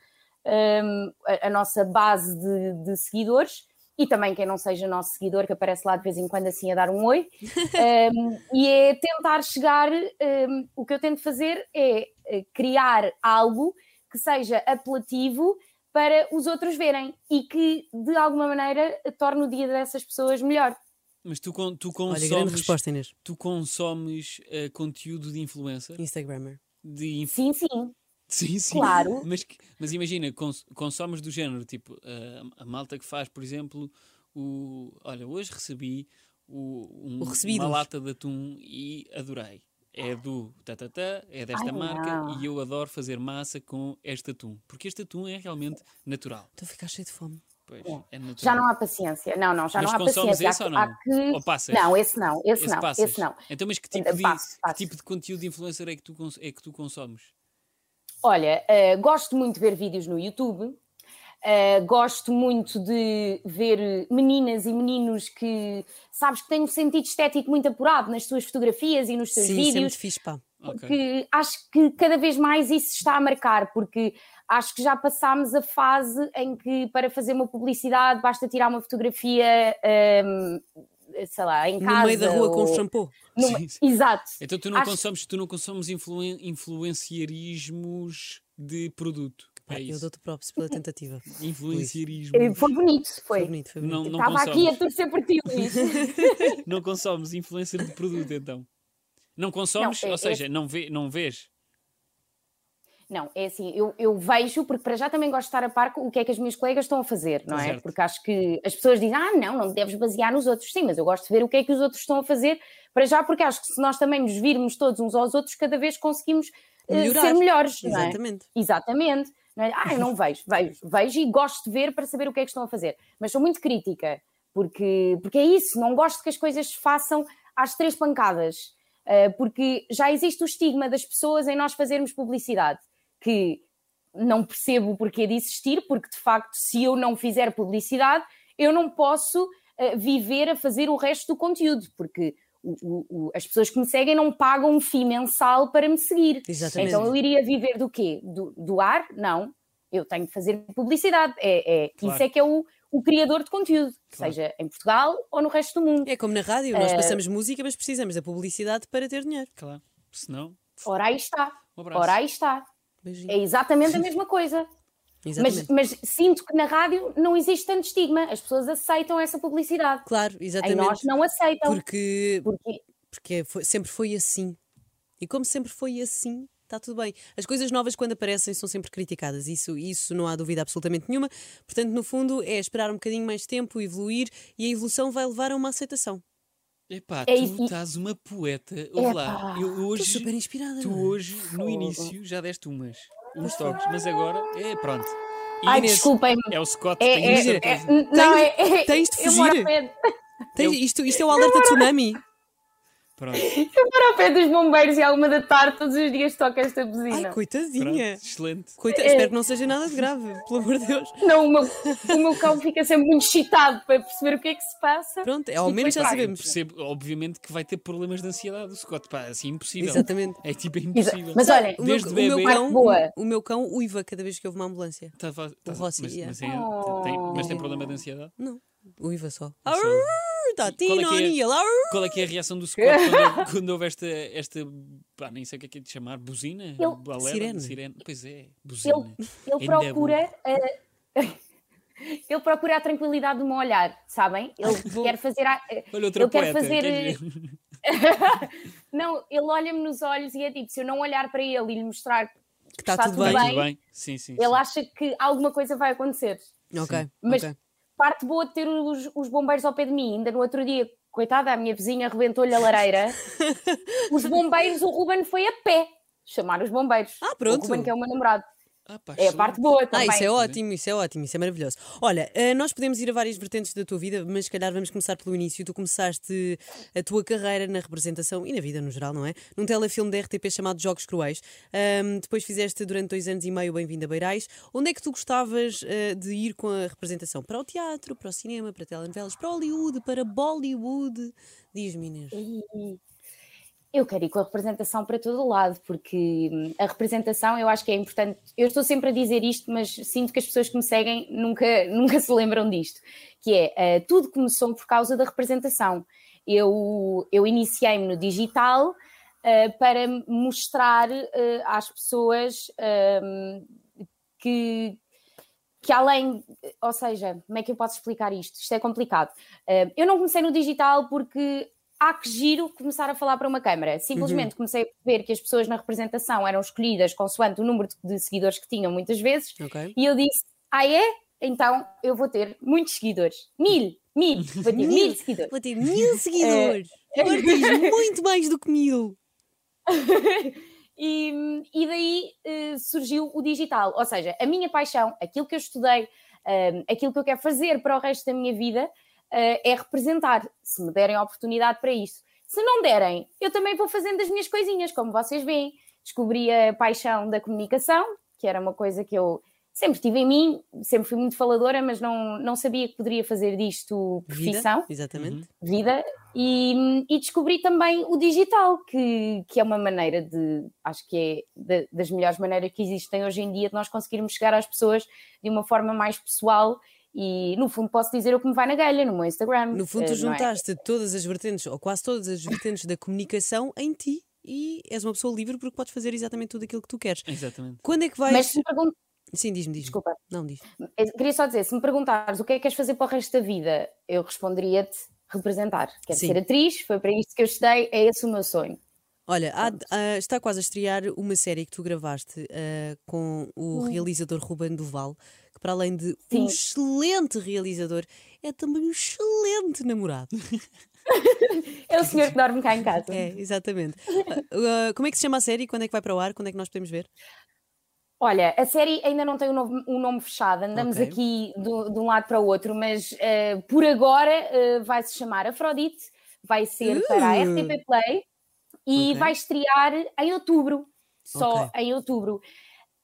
E: Ahm, a, a nossa base de, de seguidores e também quem não seja nosso seguidor, que aparece lá de vez em quando assim a dar um oi, Ahm, e é tentar chegar, ahm, o que eu tento fazer é eh, criar algo que seja apelativo para os outros verem e que de alguma maneira torne o dia dessas pessoas melhor.
C: Mas tu, con- tu
B: Olha, grande
C: consomes,
B: resposta, Inês.
C: tu consomes eh, conteúdo de influencer?
B: Instagrammer.
C: De inf-
E: Sim, sim,
C: Sim, sim.
E: Claro.
C: Mas, que- mas imagina, cons consomes do género, tipo, eh, a malta que faz, por exemplo, o. Olha, hoje recebi o, um-
B: O recebidos.
C: uma lata de atum e adorei. É do tatatá, é desta
E: Ah. Ai,
C: marca
E: não.
C: e eu adoro fazer massa com este atum. Porque este atum é realmente natural.
B: Estou a ficar cheio de fome.
C: Pois,
E: Bom,
C: é natural.
E: já não há paciência. Não, não, já
C: Mas
E: não há
C: consomes
E: paciência.
C: esse
E: Há-
C: ou não?
E: há que-
C: Ou passas?
E: Não, esse não, esse, não,
C: passas.
E: esse não. Eh,
C: Então, mas que tipo, de,
E: Passo,
C: que
E: passo.
C: tipo de conteúdo de influencer é que tu, cons- é que tu consomes?
E: Olha, eh, gosto muito de ver vídeos no YouTube, eh, gosto muito de ver meninas e meninos que, sabes, que têm um sentido estético muito apurado nas suas fotografias e nos seus
B: Sim, isso é
E: vídeos.
B: muito fixe, pá.
C: Ok.
E: porque acho que cada vez mais isso está a marcar, porque acho que já passámos a fase em que para fazer uma publicidade basta tirar uma fotografia, hum, sei lá, em casa.
B: no meio da rua com
E: ou-
B: um shampoo.
E: no-
C: Sim, sim.
E: Exato.
C: Então tu não
E: Acho-
C: consomes, tu não consomes influen- influenciarismos de produto.
B: Pá,
C: É
B: eu
C: isso.
B: dou-te props pela tentativa.
C: Influenciarismo.
E: Eh, Foi bonito,
B: Foi
E: foi.
B: bonito, foi bonito.
C: Não, não
E: Estava aqui a
C: consomes.
E: torcer por ti, Luís.
C: Não consomes influencer de produto, então. Não consomes,
E: Não, é-
C: ou seja, não, vê, não vês.
E: Não, é assim, eu, eu vejo, porque para já também gosto de estar a par com o que é que as minhas colegas estão a fazer, não é?
C: Certo.
E: Porque acho que as pessoas dizem, ah, não, não deves basear nos outros. Sim, mas eu gosto de ver o que é que os outros estão a fazer, para já, porque acho que se nós também nos virmos todos uns aos outros, cada vez conseguimos eh,
B: Melhorar.
E: ser melhores, não é?
B: Exatamente.
E: Exatamente. Não é? Ah, eu não vejo, vejo, vejo e gosto de ver para saber o que é que estão a fazer. Mas sou muito crítica, porque, porque é isso, não gosto que as coisas se façam às três pancadas, eh, porque já existe o estigma das pessoas em nós fazermos publicidade, que não percebo o porquê de existir, porque de facto, se eu não fizer publicidade, eu não posso eh, viver a fazer o resto do conteúdo, porque o- o- o- as pessoas que me seguem não pagam um FII mensal para me seguir.
B: Exatamente.
E: Então eu iria viver do quê? Do, do ar? Não. Eu tenho que fazer publicidade. É, é-
C: Claro.
E: Isso é que é o, o criador de conteúdo,
C: Claro.
E: seja em Portugal ou no resto do mundo.
B: É como na rádio, nós
E: Eh,
B: passamos música, mas precisamos da publicidade para ter dinheiro.
C: Claro. Senão,
E: Ora aí está.
C: um abraço.
E: Ora aí está.
B: Beijinho.
E: É exatamente a mesma coisa. Mas,
B: Exatamente.
E: mas sinto que na rádio não existe tanto estigma. As pessoas aceitam essa publicidade.
B: Claro,
E: Em nós
B: exatamente.
E: não aceitam.
B: Porque,
E: Porque
B: porque foi- sempre foi assim. E como sempre foi assim, está tudo bem. As coisas novas, quando aparecem, são sempre criticadas. Isso, isso não há dúvida absolutamente nenhuma. Portanto, no fundo, é esperar um bocadinho mais tempo, evoluir, e a evolução vai levar a uma aceitação.
C: Epá,
E: É
C: tu
E: isso.
C: estás uma poeta. Ouve lá.
E: Epá.
C: Eu eu
B: Estou
C: hoje,
B: super inspirada.
C: tu
B: não é?
C: hoje, no início, já deste umas. Uns toques. Mas agora, é pronto.
E: Ai,
C: Inês,
E: desculpem-me.
C: É o Scott.
E: É,
C: tenho
E: é-
C: certeza.
E: é- não, é, é-
B: tens de
E: eu moro
B: fugir.
E: ao pé de-
B: Tens-
C: eu-
B: isto, isto é o alerta tsunami.
C: Pronto.
E: eu moro ao pé dos bombeiros e à uma da tarde todos os dias toco esta buzina.
B: Ai,
C: Pronto,
B: coitadinha.
C: excelente.
B: Coita-
E: É.
B: Espero que não seja nada de grave, pelo amor de Deus.
E: Não, o meu, o meu cão fica sempre muito excitado para perceber o que é que se passa.
B: Pronto, é, ao
E: E
B: menos
E: depois
B: já
E: vai.
B: sabemos.
C: Percebo, obviamente, que vai ter problemas de ansiedade o Scott. Pá, assim, impossível.
B: Exatamente.
C: É tipo, é
E: Exa-
C: impossível.
E: Mas olhem,
B: O meu,
C: Desde
B: o meu
C: bebê.
B: cão,
E: Boa.
B: o meu cão uiva cada vez que houve uma ambulância.
C: Tá fa- tá-
B: Rossi,
C: mas,
B: yeah.
C: mas é- tem, mas
E: Oh.
C: tem problema de ansiedade?
B: Não, uiva só.
C: Só-
B: Está
C: que é?
B: Tino, e tá ele. arr.
C: Qual é que é a reação do Scott quando, quando houve esta, esta pá, nem sei o que é que é de chamar, buzina? Balela?
B: Sirene.
C: Pois é, buzina.
E: Ele, ele
B: é
C: Ainda
E: procura. a- ele procura a tranquilidade do meu olhar, sabem? Ele
C: que bom.
E: quer fazer. a- eh,
C: Olha, outra
E: eu quero
C: poeta.
E: fazer,
C: quer
E: eh,
C: dizer,
E: não, ele olha-me nos olhos e é tipo: se eu não olhar para ele e lhe mostrar que
B: Que está tudo
C: Está
B: bem.
C: tudo bem? Sim, sim.
E: ele
C: sim.
E: acha que alguma coisa vai acontecer.
B: Ok,
E: Mas
B: ok.
E: parte boa de ter os, os bombeiros ao pé de mim. Ainda no outro dia, coitada, a minha vizinha rebentou-lhe a lareira. os bombeiros, o Ruben foi a pé chamar os bombeiros.
B: Ah, pronto.
E: O Ruben, que é o meu namorado.
C: Ah, pá,
E: É a
C: excelente.
E: parte boa
B: Ah,
E: também.
B: isso é ótimo, isso é ótimo, isso é maravilhoso. Olha, eh, nós podemos ir a várias vertentes da tua vida, mas se calhar vamos começar pelo início. Tu começaste a tua carreira na representação e na vida no geral, não é? Num telefilme da RTP chamado Jogos Cruéis. Ahm, depois fizeste durante dois anos e meio Bem-vindo a Beirais. Onde é que tu gostavas eh, de ir com a representação? Para o teatro, para o cinema, para telenovelas, para Hollywood, para Bollywood? Diz-me, Inês.
E: E Eu quero ir com a representação para todo o lado, porque hum, a representação eu acho que é importante. Eu estou sempre a dizer isto, mas sinto que as pessoas que me seguem nunca, nunca se lembram disto, que é eh, tudo começou por causa da representação. Eu, eu iniciei-me no digital eh, para mostrar eh, às pessoas hum, que, que além, ou seja, como é que eu posso explicar isto? Isto é complicado. Eh, Eu não comecei no digital porque há que giro começar a falar para uma câmara. Simplesmente comecei a ver que as pessoas na representação eram escolhidas consoante o número de- de seguidores que tinham muitas vezes
B: Ok?
E: e eu disse, ah é? Então eu vou ter muitos seguidores. Mil, mil, vou ter mil seguidores.
B: Vou ter mil seguidores! Agora tens muito mais do que mil!
E: E, e daí eh, surgiu o digital, ou seja, a minha paixão, aquilo que eu estudei, eh, aquilo que eu quero fazer para o resto da minha vida eh, é representar, se me derem a oportunidade para isso. Se não derem, eu também vou fazendo as minhas coisinhas, como vocês veem. Descobri a paixão da comunicação, que era uma coisa que eu sempre tive em mim, sempre fui muito faladora, mas não, não sabia que poderia fazer disto profissão
B: Vida? Exatamente.
E: vida e, e descobri também o digital, que, que é uma maneira de, acho que é da- das melhores maneiras que existem hoje em dia de nós conseguirmos chegar às pessoas de uma forma mais pessoal e no fundo posso dizer o que me vai na galha no meu Instagram.
B: No fundo,
E: eh,
B: tu
E: não é?
B: juntaste todas as vertentes, ou quase todas as vertentes da comunicação em ti e és uma pessoa livre porque podes fazer exatamente tudo aquilo que tu queres.
C: Exatamente.
B: Quando é que vais.
E: Mas se me pergun-
B: Sim, diz-me, diz-me.
E: desculpa,
B: Não, diz.
E: eu queria só dizer, se me perguntares o que é que queres fazer para o resto da vida, eu responderia-te representar. Quero
B: Sim.
E: ser atriz, foi para isto que eu estudei, é esse o meu sonho.
B: Olha, há- ah, está quase a estrear uma série que tu gravaste ah, com o realizador Ruben Duval, que para além de um
E: Hum. Sim.
B: excelente realizador, é também um excelente namorado.
E: É o senhor que dorme cá em casa.
B: É, exatamente. Ah, ah, como é que se chama a série? Quando é que vai para o ar? Quando é que nós podemos ver?
E: Olha, a série ainda não tem um, novo- um nome fechado, andamos
B: Ok.
E: aqui do- de um lado para o outro, mas eh, por agora eh, vai se chamar Afrodite, vai ser para a
B: Uh!
E: RTP Play e
B: Ok.
E: vai estrear em outubro, só
B: Ok.
E: em outubro.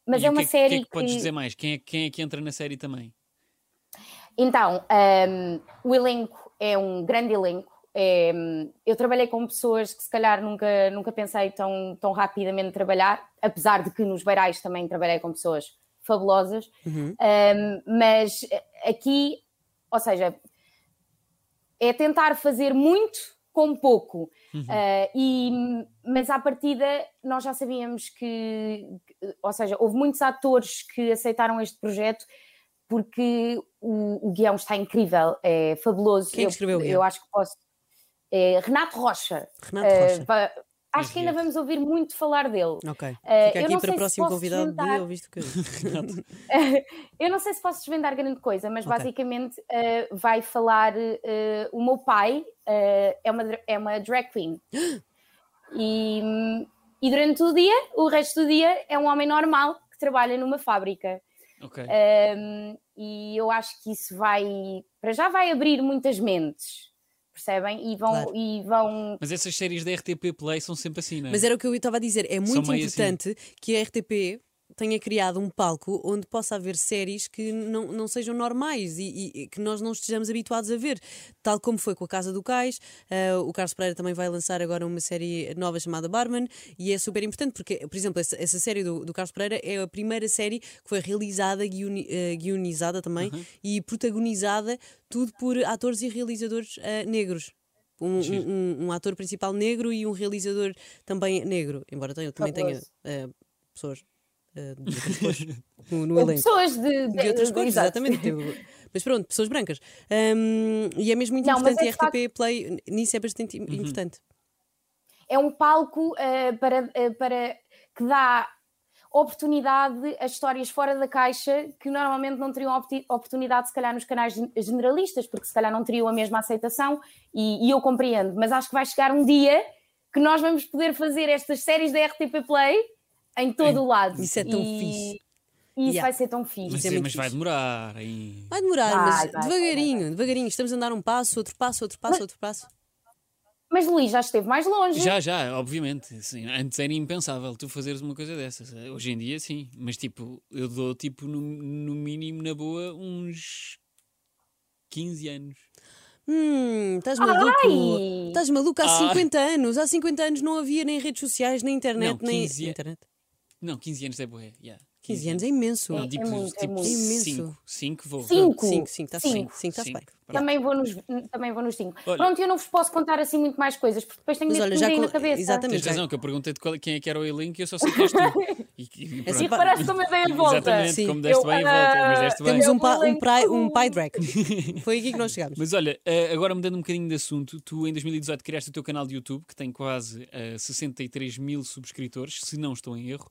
E: Mas
C: E
E: é
C: o
E: uma
C: que é, que-
E: série
C: O que é que podes dizer mais? Quem é, quem é que entra na série também?
E: Então, hum, o elenco é um grande elenco. É, hum, eu trabalhei com pessoas que se calhar nunca, nunca pensei tão, tão rapidamente trabalhar, apesar de que nos Beirais também trabalhei com pessoas fabulosas,
B: Uhum.
E: Hum, mas aqui, ou seja, é tentar fazer muito com pouco.
B: Uhum.
E: Ah, e, mas à partida nós já sabíamos que, que- ou seja, houve muitos atores que aceitaram este projeto porque o, o guião está incrível, é fabuloso.
B: Quem é que escreveu o
E: eu,
B: guião?
E: eu acho que posso. é Renato Rocha.
B: Renato
E: Ah,
B: Rocha.
E: va- acho que ainda
C: Giro.
E: vamos ouvir muito falar dele.
B: Ok.
E: eh,
B: Fica
E: eu
B: aqui para o
E: não sei se
B: próximo
E: posso
B: convidado de
E: desventar-
B: ouviste o que
E: Eu não sei se posso desvendar grande coisa, mas
B: Ok.
E: basicamente eh, vai falar. eh, o meu pai eh, é, uma, dra- é uma drag queen. E, hum, e durante o dia, o resto do dia, é um homem normal que trabalha numa fábrica.
C: Ok.
E: Um, e eu acho que isso vai, para já, vai abrir muitas mentes, percebem? E vão.
B: Claro.
E: E vão
C: Mas essas séries da RTP Play são sempre assim, não é?
B: Mas era o que eu estava a dizer. É muito
C: meio assim.
B: importante que a RTP tenha criado um palco onde possa haver séries que não, não sejam normais e, e- e que nós não estejamos habituados a ver. Tal como foi com a Casa do Cais, ah, o Carlos Pereira também vai lançar agora uma série nova chamada Barman e é super importante porque, por exemplo, essa, essa série do, do Carlos Pereira é a primeira série que foi realizada, guioni- ah, guionizada também e protagonizada tudo por atores e realizadores ah, negros. Um,
C: Giro.
B: um- um- um ator principal negro e um realizador também é negro, embora tenha, também tenha
E: Fabuloso.
B: eh, pessoas eh, de outras cores no, no
E: ou
B: elenco.
E: É pessoas de,
B: De outras cores,
E: exato.
B: exatamente. Teve- Mas pronto, pessoas brancas. Ahm, e é mesmo muito
E: Não, mas
B: importante, e a
E: é de facto-
B: RTP Play n- nisso é bastante
C: Uhum.
B: im- importante.
E: é um palco eh, para, eh, para que dá oportunidade a histórias fora da caixa que normalmente não teriam opti- oportunidade se calhar nos canais gen- generalistas porque se calhar não teriam a mesma aceitação e, e eu compreendo, mas acho que vai chegar um dia que nós vamos poder fazer estas séries da RTP Play em todo
C: Em-
E: o lado
B: Isso é tão
E: E-
B: fixe.
E: E isso
B: Yeah.
E: vai ser tão fixe.
C: Mas,
B: é
C: é-
B: muito
C: mas vai
B: fixe.
C: demorar ainda.
B: Vai demorar,
E: Vai,
B: mas
E: vai, vai,
B: devagarinho, devagarinho. Estamos a andar um passo, outro passo, outro passo, outro passo.
E: Mas Luís já esteve mais longe.
C: Já, já, obviamente. Assim, antes era impensável tu fazeres uma coisa dessas. Hoje em dia, sim. Mas, tipo, eu dou, tipo, no, no mínimo, na boa, uns 15 anos.
B: Hum, estás maluco?
E: Ai!
B: Estás maluco há
C: Ah.
B: 50 anos. Há 50 anos não havia nem redes sociais, nem internet,
C: Não,
B: nem.
C: 15
B: Internet.
C: Não, 15 anos é boa. Yeah.
B: 15 anos é imenso.
C: Não,
E: É
C: tipo,
E: muito, é
C: tipo
E: muito.
B: É imenso.
C: 5. 5 vou.
E: Cinco. tá
B: 5, 5, está-se bem.
E: Cinco.
B: 5, está-se tá bem.
E: Também vou, nos, também vou nos cinco.
C: Olha.
E: Pronto, eu não vos posso contar assim muito mais coisas, porque depois tenho
B: Mas
E: medo
B: olha,
E: de
B: já
E: me
B: com-
E: na cabeça.
B: exatamente.
C: Tens
B: Também.
C: razão, que eu perguntei-te qual- quem é que era o elenco e eu só sei que és tu. E, e, e
B: assim,
E: E
C: pronto.
E: reparaste como eu dei a volta.
C: Exatamente,
B: Sim.
C: como deste
E: Eu,
C: bem a volta. Mas
E: ah,
C: deste bem.
B: Temos um,
E: Eu
B: pa, um,
E: lembro.
B: praia- um pai drag. Foi aqui que nós chegámos.
C: Mas olha, eh, agora mudando um bocadinho de assunto, tu em 2018 criaste o teu canal de YouTube, que tem quase eh, 63 mil subscritores, se não estou em erro.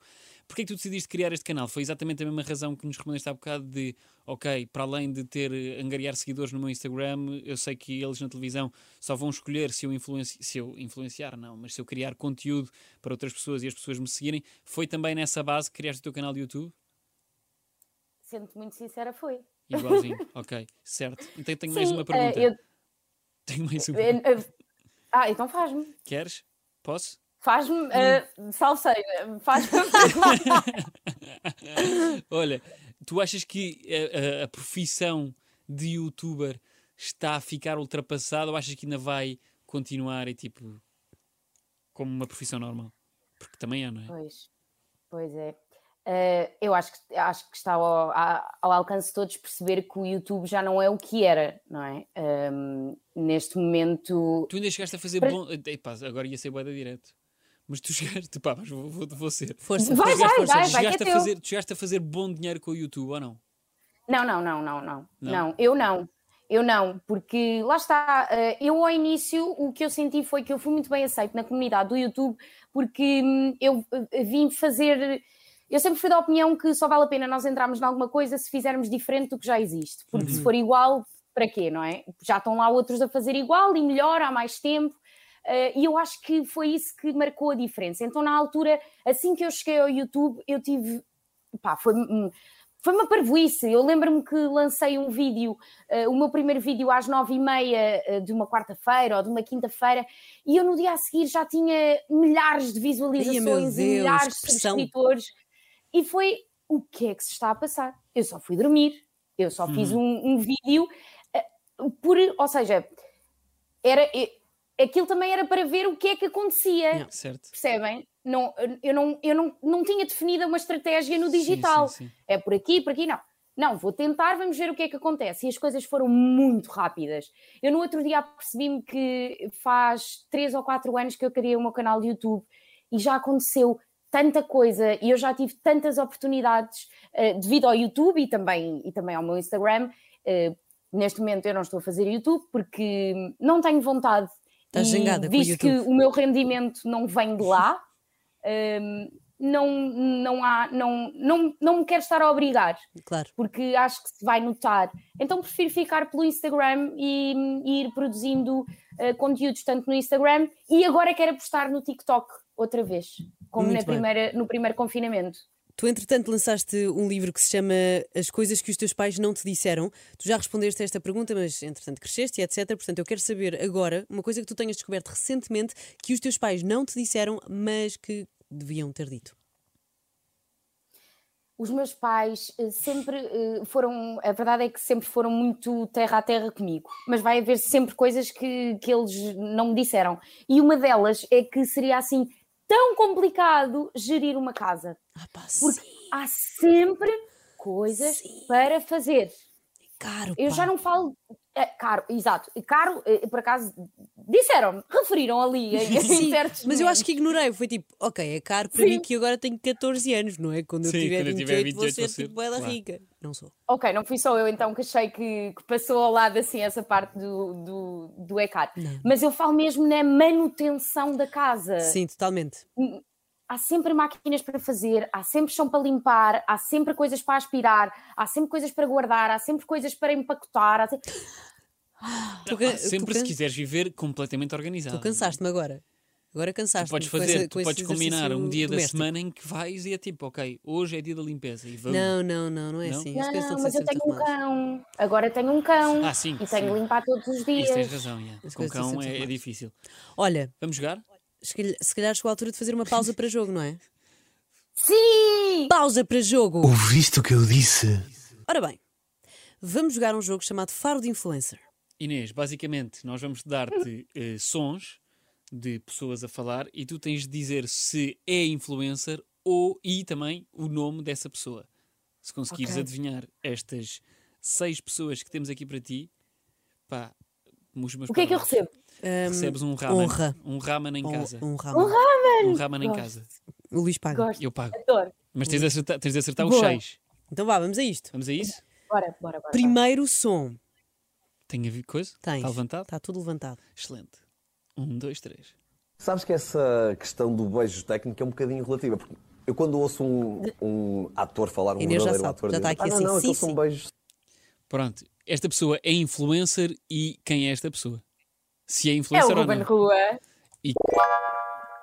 C: Porquê é que tu decidiste criar este canal? Foi exatamente a mesma razão que nos recomendaste há bocado de, ok, para além de ter eh, angariar seguidores no meu Instagram, eu sei que eles na televisão só vão escolher se eu, influenci se eu influenciar, não, mas se eu criar conteúdo para outras pessoas e as pessoas me seguirem. Foi também nessa base que criaste o teu canal de YouTube?
E: Sendo muito sincera, foi.
C: Igualzinho, ok, certo. Então tenho mais
E: Sim,
C: uma
E: eh,
C: pergunta.
E: eu-
C: Tenho mais uma.
E: eh, eh, ah, então faz-me.
C: Queres? Posso?
E: Faz-me.
C: Hum.
E: eh, salve seja, Faz-me.
C: Olha, tu achas que eh, a, a- a profissão de youtuber está a ficar ultrapassada ou achas que ainda vai continuar e tipo como uma profissão normal? Porque também é, não é?
E: Pois, pois é. Eh, eu acho que, acho que está ao, a- ao alcance de todos perceber que o YouTube já não é o que era, não é? Ehm, neste momento.
C: Tu ainda chegaste a fazer
E: Para-
C: bom. eh, Epá, agora ia ser boeda direto. Mas tu chegaste, pá, mas vou, vou, vou ser.
B: Força,
E: Vai,
B: força,
E: vai,
B: força.
E: vai,
C: Tu
E: vai. que é
C: chegaste, a
E: teu.
C: fazer, tu chegaste a fazer bom dinheiro com o YouTube ou não?
E: Não, não, não, não, não.
C: Não?
E: Não, eu não. Eu não, porque lá está, eh, eu ao início o que eu senti foi que eu fui muito bem aceito na comunidade do YouTube, porque hum, eu eh, vim fazer. Eu sempre fui da opinião que só vale a pena nós entrarmos em alguma coisa se fizermos diferente do que já existe, porque se for igual, para quê, não é? Já estão lá outros a fazer igual e melhor há mais tempo. eh, e eu acho que foi isso que marcou a diferença. Então, na altura, assim que eu cheguei ao YouTube, eu tive. Pá, foi, hum, foi uma parvoíce. Eu lembro-me que lancei um vídeo, eh, o meu primeiro vídeo às nove e meia eh, de uma quarta-feira ou de uma quinta-feira, e eu no dia a seguir já tinha milhares de visualizações
B: Deus,
E: e
B: que
E: milhares de
B: pressão.
E: subscritores. E foi o que é que se está a passar? Eu só fui dormir, eu só
C: Uhum.
E: fiz um, um vídeo eh, por, ou seja, era, eh, aquilo também era para ver o que é que acontecia.
C: Certo?
E: Percebem? Não, eu não, eu não, não tinha definida uma estratégia no
C: Sim,
E: digital.
C: sim, sim.
E: É por aqui, por aqui, não. Não, vou tentar, vamos ver o que é que acontece. E as coisas foram muito rápidas. Eu no outro dia percebi-me que faz três ou quatro anos que eu criei o meu canal de YouTube e já aconteceu tanta coisa e eu já tive tantas oportunidades eh, devido ao YouTube e também, e também ao meu Instagram. Eh, neste momento eu não estou a fazer YouTube porque não tenho vontade.
B: Estás
E: e
B: zangada com o
E: visto que
B: YouTube.
E: o meu rendimento não vem de lá, ehm, não, não, há, não, não, não me quero estar a obrigar,
B: Claro.
E: porque acho que se vai notar. Então prefiro ficar pelo Instagram e, e ir produzindo eh, conteúdos tanto no Instagram e agora quero apostar no TikTok outra vez, como na
B: Muito bem.
E: primeira, no primeiro confinamento.
B: Tu, entretanto, lançaste um livro que se chama As Coisas que os Teus Pais Não Te Disseram. Tu já respondeste a esta pergunta, mas, entretanto, cresceste e etc. Portanto, eu quero saber agora uma coisa que tu tenhas descoberto recentemente que os teus pais não te disseram, mas que deviam ter dito.
E: os meus pais eh, sempre eh, foram, a verdade é que sempre foram muito terra a terra comigo, mas vai haver sempre coisas que, que eles não me disseram. E uma delas é que seria assim tão complicado gerir uma casa,
B: Ah, pá,
E: porque
B: sim,
E: há sempre coisas para fazer.
B: caro,
E: Eu
B: pá.
E: já não falo. é, caro, exato. Caro, eh, por acaso, disseram-me, referiram ali em, em
B: Sim,
E: certos
B: mas eu
E: momentos.
B: acho que ignorei. Foi tipo, ok, é caro para
E: Sim.
B: mim que agora tenho 14 anos, não é? Quando eu
C: Sim,
B: tiver
C: quando eu
B: 28,
C: tiver
B: vou
C: 28
B: ser
C: vou ser,
B: tipo ela
C: claro.
B: rica. Não sou.
E: Ok, não fui só eu então que achei que, que passou ao lado assim essa parte do, do, do ECAR. Mas eu falo mesmo na manutenção da casa.
B: Sim, totalmente.
E: Há sempre máquinas para fazer, há sempre chão para limpar, há sempre coisas para aspirar, há sempre coisas para guardar, há sempre coisas para empacotar. há se-
B: Tu, ca-
C: Sempre
B: tu,
C: se
B: can-
C: quiseres viver completamente organizado. é?
B: tu cansaste-me agora. Agora cansaste.
C: podes fazer, tu podes combinar um dia da semana em que vais e é tipo, ok, hoje é dia da limpeza e vamos.
B: Não, não, não, não é
C: Não?
B: assim. As
E: Não,
B: coisas
E: não,
B: têm de
E: mas
B: ser
E: eu
B: sempre
E: tenho um
B: arrumadas.
E: cão. Agora tenho um cão.
C: Ah, sim,
E: E tenho
C: sim.
E: que limpar todos os
B: é
E: dias.
C: Isso tens razão, yeah.
B: As
C: com
B: coisas assim têm
C: cão
B: sempre
C: é, é
B: mais.
C: difícil.
B: Olha,
C: Vamos jogar?
B: se calhar, se calhar chegou a altura de fazer uma pausa para jogo, não é?
E: Sim!
B: Pausa para jogo!
D: Ouviste o que eu disse?
B: Ora bem, vamos jogar um jogo chamado Faro de Influencer.
C: Inês, basicamente, nós vamos dar-te eh, sons de pessoas a falar e tu tens de dizer se é influencer ou e também o nome dessa pessoa. Se conseguires
E: Ok.
C: adivinhar estas seis pessoas que temos aqui para ti, pá, os meus
E: O que é que eu
C: parabéns.
E: recebo?
C: Recebes um ramen.
B: honra.
C: Um ramen em
B: Ou-
C: casa.
B: Um ramen.
C: Um ramen em
E: Gosto.
C: casa.
B: O Luís paga.
E: Gosto,
C: Eu pago.
E: adoro.
C: Mas
B: Hum.
C: tens de acertar, tens de acertar os
E: Boa.
C: seis.
B: Então vá, vamos a isto.
C: Vamos a isso?
E: Bora, bora, bora.
B: Primeiro som.
C: Tem a ver coisa?
B: Tens.
C: Está Tá levantado?
B: Está tudo levantado.
C: Excelente. Um, dois, três.
F: Sabes que essa questão do beijo técnico é um bocadinho relativa, porque eu quando ouço um, um ator falar, um
B: Inês já
F: verdadeiro
B: sabe,
F: ator,
B: já
F: dizer,
B: está aqui
F: "Ah, não,
B: assim,
F: não,
B: sim,
F: aqueles são
B: sim."
F: beijos
C: Pronto. Esta pessoa é influencer e quem é esta pessoa? Se é
E: É
C: influencer
E: o
C: ou
E: Ruben
C: não.
E: Rua.
C: E-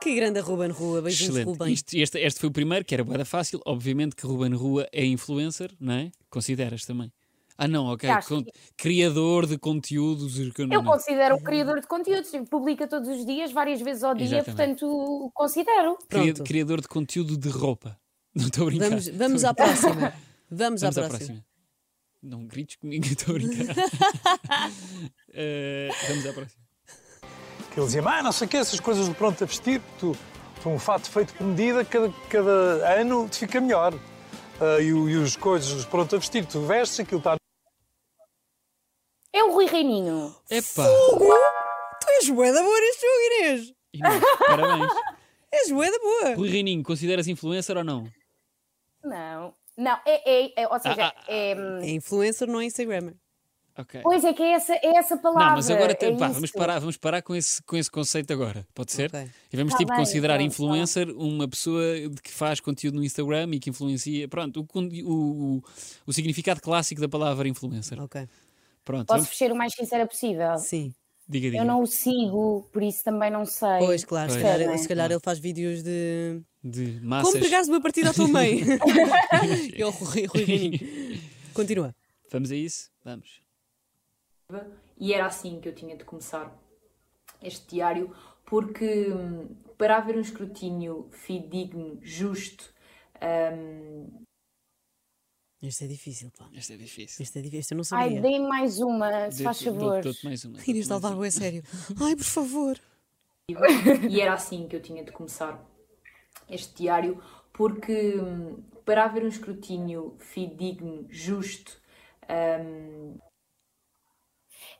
B: Que grande Ruben Rua. Beijinhos,
C: Excelente.
B: Ruben.
C: Isto, este, este foi o primeiro, que era boeda fácil. Obviamente que Ruben Rua é influencer, não é? Consideras também. Ah, não, ok.
E: Acho
C: Con- Criador de conteúdos. e que- não,
E: Eu
C: não.
E: considero um criador de conteúdos, sim, publica todos os dias, várias vezes ao dia,
C: Exatamente.
E: portanto considero.
C: Cria-
B: Pronto.
C: Criador de conteúdo de roupa. Não estou a brincar.
B: Vamos,
C: Estou a
B: vamos à
C: brincar.
B: próxima. Vamos,
C: Vamos
B: à,
C: à
B: próxima.
C: próxima. Não grites comigo, estou a brincar. Eh, vamos à próxima.
G: que ele dizia ah, não sei o que, essas coisas do pronto a vestir, tu, tu um fato feito por medida, cada, cada ano te fica melhor. Ah, e, o- e os coisas dos pronto a vestir, tu vestes, aquilo tá está
E: É o Rui Reininho.
C: Epá!
B: Hugo, tu és bué da boa neste jogo, Inês.
C: Inês, parabéns.
B: És bué da boa.
C: Rui Reininho, consideras influencer ou não?
E: Não, não, é, é- é- ou seja,
C: Ah, ah, ah.
E: é.
B: É influencer, não é Instagrammer.
C: Ok.
E: Pois é que é essa, é essa palavra.
C: Não, mas agora tem-
E: é
C: pá,
E: isso.
C: vamos parar, vamos parar com, esse, com esse conceito agora, pode ser?
B: Ok.
C: E vamos
E: Tá
C: tipo
E: bem,
C: considerar
E: pronto, tá
C: influencer uma pessoa de que faz conteúdo no Instagram e que influencia. Pronto, o, con- o, o- o significado clássico da palavra influencer.
B: Ok.
C: Pronto,
E: Posso
C: vamos,
E: ser o mais sincera possível.
B: Sim.
C: diga, diga.
E: Eu não o sigo, por isso também não sei.
B: Pois, claro. Se
C: Pois. Ah,
B: calhar,
E: Não é?
B: se calhar ele faz vídeos de.
C: De
B: Como
C: massas.
B: pegaste uma partida à tua mãe? e ao Rui Rui Reininho. Continua.
C: Vamos a isso? Vamos.
H: E era assim que eu tinha de começar este diário, porque hum, para haver um escrutínio fidedigno, justo, hum,
B: Este é difícil, pá.
C: Esta é difícil.
B: Este é difícil. Este eu não
E: Ai,
B: sabia.
E: dê mais uma, se
C: Dou-
E: faz
C: dou-
E: favor.
C: dou-te mais uma. dou-te
B: Inês de
C: mais um. uma.
B: Alvaro é sério. Ai, por favor.
H: e era assim que eu tinha de começar este diário, porque hum, para haver um escrutínio fidedigno, justo, hum,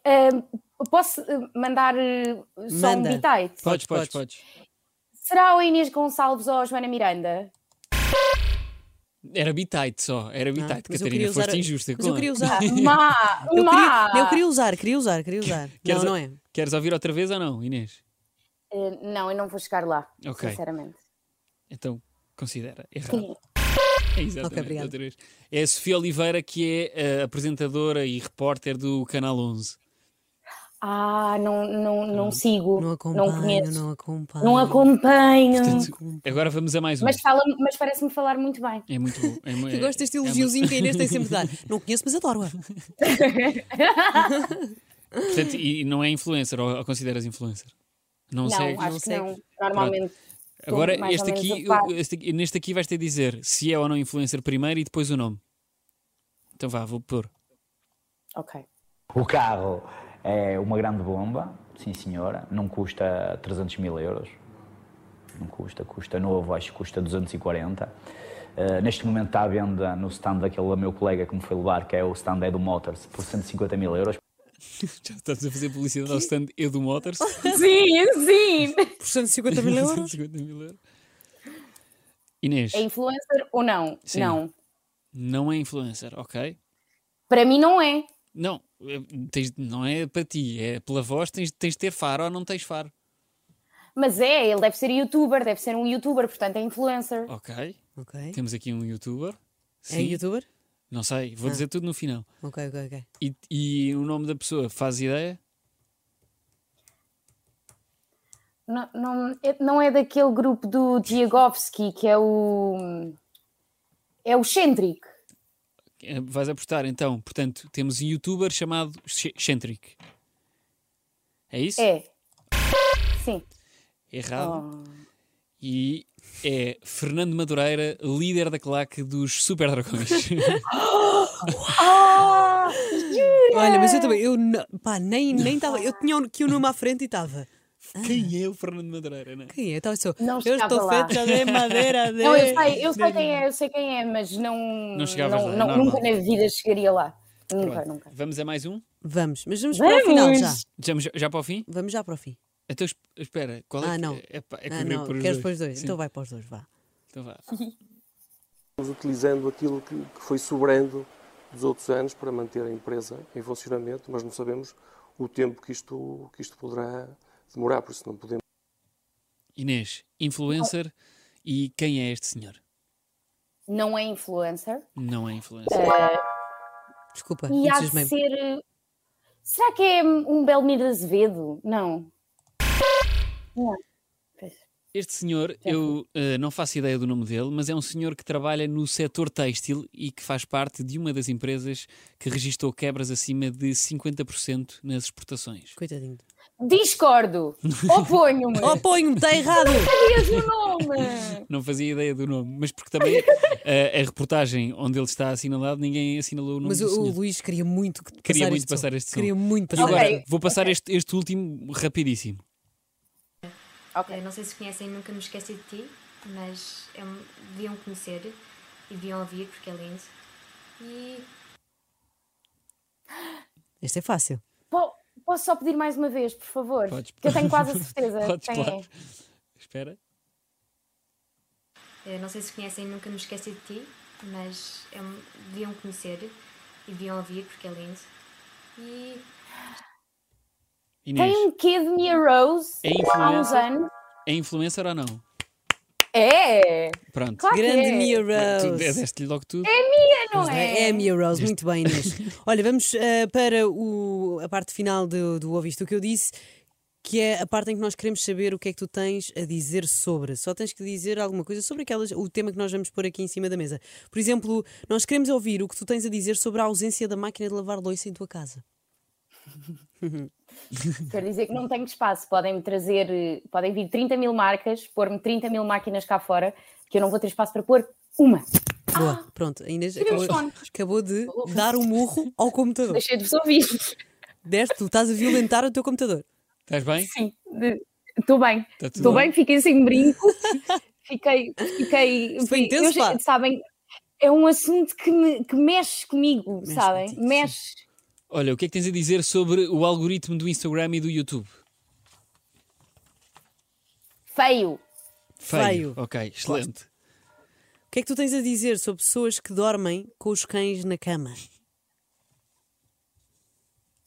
E: Ahm, posso eh, mandar eh, só
B: Manda.
E: um bitite?
C: Podes, podes,
B: Podes,
C: podes.
E: Será o Inês Gonçalves ou a Joana Miranda?
C: Era bitite só, era
B: Não,
C: bitite.
B: Ah, mas eu
C: tá, Catarina,
B: queria usar.
C: foste injusta.
B: Mas eu
C: com-
B: queria usar.
E: Má,
B: Eu
E: má.
B: queria, eu queria usar, queria usar, queria usar.
C: Queres
B: Não,
C: a-
B: não é.
C: Queres ouvir outra vez ou não, Inês?
E: Eh, não, eu não vou chegar lá,
C: Ok.
E: sinceramente.
C: Então, considera. Errado.
E: Sim.
C: É exatamente.
B: Ok, obrigada.
C: outra vez. É a Sofia Oliveira, que é eh, apresentadora e repórter do Canal 11.
E: Ah, não, não, não sigo,
B: Não
E: não,
B: acompanho,
E: conheço, não,
B: não acompanho.
E: acompanho.
C: Portanto, agora vamos a mais um.
E: Mas, fala, mas parece-me falar muito bem.
C: É muito bom. É, mu-
B: Eu
C: é-
B: gosto deste
C: é uma-
B: elogiozinho que a Inês tem sempre de dar. Não conheço, mas adoro-a.
C: Portanto, e e não é influencer, ou, ou consideras influencer? Não,
E: Não,
C: segues?
E: acho
B: não
E: que
B: segue.
E: não. Normalmente. estou
C: Agora,
E: mais ou
C: este
E: menos
C: aqui,
E: a par.
C: eu- este aqui- neste aqui vais ter de dizer se é ou não influencer primeiro e depois o nome. Então vá, vou pôr.
E: Ok.
I: O carro é uma grande bomba, sim senhora, não custa 300 mil euros, não custa, custa novo, acho que custa 240. Eh, neste momento está à venda no stand daquele meu colega que me foi levar, que é o stand Edu Motors, por 150 mil euros.
C: Já estamos a fazer publicidade ao stand Edu Motors.
E: Oh, Sim, sim.
B: Por 150 mil euros.
C: 150 mil euros. Inês,
E: É influencer ou não?
C: Sim.
E: Não.
C: não é influencer, ok?
E: Para mim não é.
C: Não, eh, tens- não é para ti, é pela voz, tens, tens de ter faro ou não tens faro.
E: Mas é, ele deve ser youtuber, deve ser um youtuber, portanto é influencer.
C: Ok,
B: Ok.
C: temos aqui um youtuber.
B: É youtuber?
C: Não sei,
E: Ah.
C: vou dizer tudo no final.
B: Ok, ok, ok.
C: E, e o nome da pessoa, faz ideia?
E: Não, não, é- não é daquele grupo do Diagovski que é o. É o Centric.
C: Eh, Vais apostar então. Portanto, temos um youtuber chamado Xe- Centric. É isso?
E: É. Sim.
C: Errado.
E: Oh.
C: E é Fernando Madureira, líder da claque dos Super Dragões.
E: Ah!
B: Olha, mas eu também, eu não- pá, nem estava. eu tinha um- aqui o nome à frente e estava.
C: Quem é o Fernando Madureira, né?
B: Quem é? Estava só.
E: Não
B: eu
E: estava
B: estou
E: lá.
B: feita de madeira. De...
E: Não, eu sei, eu sei quem é, eu sei quem é, mas não.
C: Não chegavas lá, é normal.
E: Nunca na vida chegaria lá. Nunca,
C: Pronto,
E: nunca.
C: Vamos a mais um?
B: Vamos, mas vamos, para o final
E: Vamos!
B: já.
C: Já, já para o fim?
B: Vamos já para o fim.
C: Então es- espera, qual é
B: Ah,
C: que-
B: não.
C: É, pá, é que
B: ah,
C: eu queria
B: não,
C: pôr os
B: queres
C: dois.
B: para os dois?
C: Sim,
B: Então vai para os dois, vá.
C: então vá.
J: Estamos utilizando aquilo que, que foi sobrando dos outros anos para manter a empresa em funcionamento, mas não sabemos o tempo que isto, que isto poderá demorar, por isso não podemos.
C: Inês, influencer e quem é este senhor?
E: Não é influencer.
C: Não é influencer.
B: Desculpa,
C: Ah,
E: E há
B: entusiasmei
E: de ser. Será que é um Belmiro Azevedo? Não.
C: Este senhor, eu eh, não faço ideia do nome dele, mas é um senhor que trabalha no setor têxtil e que faz parte de uma das empresas que registrou quebras acima de 50% nas exportações.
B: Coitadinho.
E: Discordo. Oponho-me.
B: Oh, ponho-me, está errado!
E: Sabias o nome?
C: Não fazia ideia do nome, mas porque também eh, a reportagem onde ele está assinalado, ninguém assinalou o nome
B: Mas
C: do
B: o, o
C: senhor.
B: Luís queria muito que
C: Queria
B: passar
C: muito
B: este som.
C: passar este som.
B: Queria muito
C: E
B: passar.
C: agora,
E: Ok.
C: vou passar este, este último rapidíssimo.
E: Ok.
K: Não sei se conhecem Nunca Me Esqueci de Ti, mas é um- deviam conhecer e deviam ouvir porque é lindo. E
B: Este é fácil.
E: Po- Posso só pedir mais uma vez, por favor?
C: Podes.
E: Que eu tenho quase a certeza
C: Podes,
E: quem
C: claro.
E: é.
C: Espera.
K: eh, não sei se conhecem Nunca Me Esqueci de Ti, mas é um- deviam conhecer e deviam ouvir porque é lindo. E
C: Inês,
E: Tem um quê de Mia Rose
C: É
E: há uns
C: influencer?
E: anos.
C: é influencer ou não?
E: É!
C: Pronto.
E: Claro que
B: Grande
E: é.
B: Mia
C: Tu
B: Rose.
C: deste-lhe logo tudo.
E: Não é?
B: É a Mia Rose, muito bem, Inês. Olha, vamos eh, para o- a parte final do, do Ouviste o que eu disse, que é a parte em que nós queremos saber o que é que tu tens a dizer sobre. Só tens que dizer alguma coisa sobre aquelas, o tema que nós vamos pôr aqui em cima da mesa. Por exemplo, nós queremos ouvir o que tu tens a dizer sobre a ausência da máquina de lavar louça em tua casa.
E: Quer dizer que não tenho espaço. Podem-me trazer, eh, podem vir 30 mil marcas, pôr-me 30 mil máquinas cá fora, que eu não vou ter espaço para pôr uma.
B: Boa, pronto, a Inês
E: Tirei os
B: acabou, acabou de dar um murro ao computador.
E: Deixei de vos ouvir.
B: Deste, tu estás a violentar o teu computador.
C: Estás bem?
E: Sim. de- Estou bem.
B: Tá
C: Está tudo
E: Estou bem, fiquei sem brinco. fiquei. fiquei
B: Isso foi
E: fi-
B: intenso,
E: eu já-
B: pá.
E: sabem, é um assunto que, me- que mexe comigo,
B: Mexe
E: sabem?
B: contigo, sim.
E: mexe.
C: Olha, o que é que tens a dizer sobre o algoritmo do Instagram e do YouTube?
E: Feio.
B: Feio.
C: Ok, excelente.
B: O que é que tu tens a dizer sobre pessoas que dormem com os cães na cama?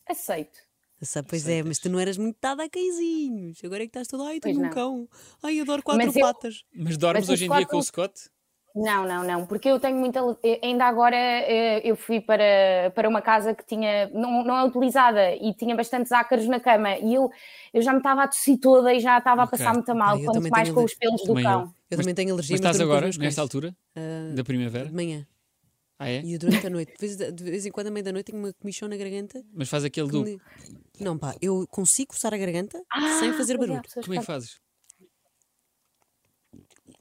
E: Aceito.
B: Essa- pois é, mas tu não eras muito dada a cãezinhos. Agora é que estás toda, ai, tenho
E: Pois
B: um
E: não.
B: cão. Ai, adoro quatro
E: Mas eu-
B: patas.
C: Mas dormes
E: Mas
B: um
C: hoje em
E: os
C: dia com o Scott?
E: Não, não, não, porque eu tenho muita. eh, Ainda agora eh, eu fui para, para uma casa que tinha. Não, não é utilizada e tinha bastantes ácaros na cama e eu, eu já me estava a tossir toda e já estava
C: Ok.
E: a passar muito
B: Ah,
E: mal,
B: eu
E: quanto
B: também
E: mais
B: tenho
E: com
B: ali-
E: os pelos do
C: Também eu.
E: cão.
B: Eu também tenho alergia
C: Mas
B: mas
C: estás
B: durmo com os
C: agora,
B: meus cães.
C: nesta altura da primavera?
B: De manhã.
C: Ah, é?
B: E eu durante a noite. De vez, de vez em quando, à meia-noite, tenho uma comichão na garganta.
C: Mas faz aquele
B: que
C: do.
B: me- Não, pá, eu consigo coçar a garganta sem fazer
E: pois é,
B: barulho.
E: pessoas
C: Como é que fazes?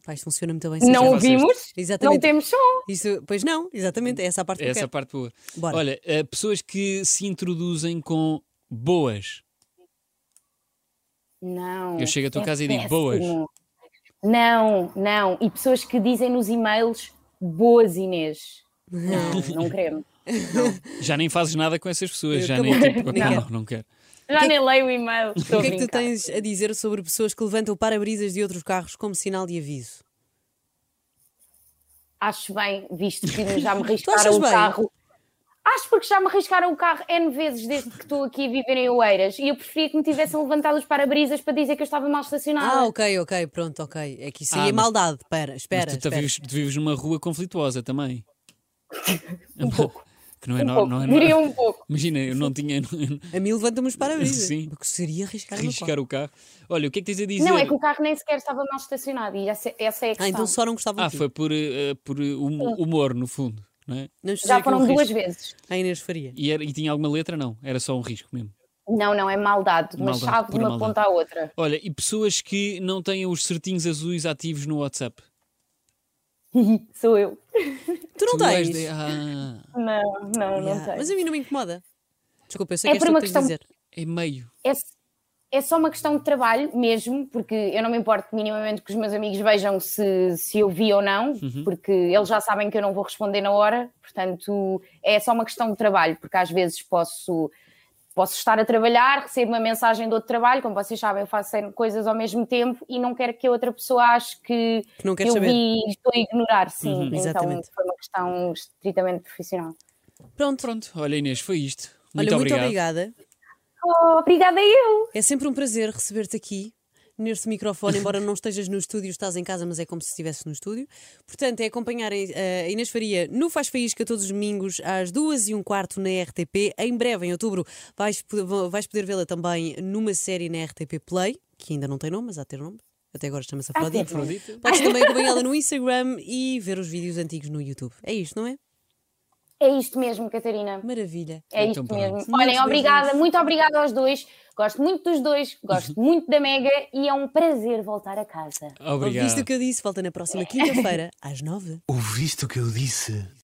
B: Pá, isto funciona muito bem.
E: que-
B: sim,
E: Não
B: já.
C: vocês.
E: ouvimos, não
B: Exatamente.
E: temos som.
B: Isso, pois não, exatamente. É essa a parte
C: É
B: que eu
C: essa a
B: quero.
C: parte boa.
B: Bora.
C: Olha, eh, pessoas que se introduzem com boas.
E: Não.
C: Eu chego à tua
E: é
C: casa e digo, "Boas."
E: péssimo. Não, não. E pessoas que dizem nos e-mails boas, Inês. Não, não queremos.
C: Já nem fazes nada com essas pessoas.
B: Eu
C: Já
B: também-
C: nem tipo,
B: nem
C: não,
B: quero.
C: não quero.
E: Já nem leio o e-mail.
B: é O que é que tu tens a dizer sobre pessoas que levantam para-brisas de outros carros como sinal de aviso?
E: acho bem, visto que já me
B: achas
E: riscaram o
B: bem?
E: carro. Acho porque já me riscaram o carro N vezes desde que estou aqui a viver em Oeiras e eu preferia que me tivessem levantado os para-brisas para dizer que eu estava
B: Ah,
E: mal estacionada.
B: ok, ok, pronto, ok. É que isso aí
C: Ah,
B: é
C: mas-
B: maldade. Pera, espera,
C: Mas tu, tá
B: espera.
C: vives, tu vives numa rua conflituosa também.
E: Um pouco.
C: que não é
E: Um
C: normal.
E: pouco, diria um pouco.
C: Imagina, eu não tinha.
B: A mim levanta-me os para-brisa.
C: Sim.
B: Porque seria arriscar o meu
C: Riscar o carro. Olha, o que é que tens a dizer?
E: Não, é que o carro nem sequer estava mal estacionado e essa, essa
B: então
E: é a questão.
C: Ah, foi por, eh, por
B: Ah.
C: hum- humor, no fundo, não é?
E: Já
B: um
E: foram duas vezes.
B: A Inês Faria.
C: E, era- e tinha alguma letra? Não, era só um risco mesmo.
E: Não, não, é maldade. Uma
C: Maldade,
E: chave de
C: pura
E: uma
C: maldade.
E: ponta à outra.
C: Olha, e pessoas que não têm os certinhos azuis ativos no WhatsApp?
E: Sou eu.
B: Tu não
C: Tu és
B: tens?
C: de- Ah.
E: Não, não, não
B: Yeah,
E: tenho.
B: Mas a mim não me incomoda. Desculpa, eu sei
E: É
B: que és
E: por
B: tu
E: uma
B: que tens de
E: questão-
B: dizer.
C: É meio.
E: é, é só uma questão de trabalho mesmo, porque eu não me importo minimamente que os meus amigos vejam se, se eu vi ou não,
L: Uhum.
E: porque eles já sabem que eu não vou responder na hora, portanto é só uma questão de trabalho, porque às vezes posso, posso estar a trabalhar, recebo uma mensagem de outro trabalho, como vocês sabem, eu faço cem coisas ao mesmo tempo e não quero que a outra pessoa ache que,
B: Que não quer
E: eu
B: saber.
E: vi e estou a ignorar, sim.
C: Uhum.
E: Então
C: Exatamente.
E: foi uma questão estritamente profissional.
B: Pronto.
C: Pronto, olha Inês, foi isto.
B: Olha,
C: Muito
B: muito
C: obrigado.
B: obrigada.
C: Oh,
E: obrigada eu.
B: É sempre um prazer receber-te aqui neste microfone, embora não estejas no estúdio, estás em casa, mas é como se estivesse no estúdio. Portanto, é acompanhar eh, a Inês Faria no Faz Faísca todos os domingos às duas e um quarto na RTP. Em breve, em outubro, vais, po- vais poder vê-la também numa série na RTP Play, que ainda não tem nome, mas há de ter nome. Até agora chama-se
C: Há de ter
B: Afrodite.
C: nome. Afrodite.
B: Podes também acompanhá-la no Instagram e ver os vídeos antigos no YouTube. É isto, não é?
E: É isto mesmo, Catarina.
B: Maravilha.
E: É
B: Então
E: isto
B: pronto.
E: mesmo.
B: Muitos
E: Olhem,
B: beijinhos.
E: obrigada, muito obrigada aos dois. Gosto muito dos dois, gosto muito da Mega e é um prazer voltar a casa.
B: Ouviste o que eu disse? Volta na próxima quinta-feira, às nove.
D: Ouviste o que eu disse?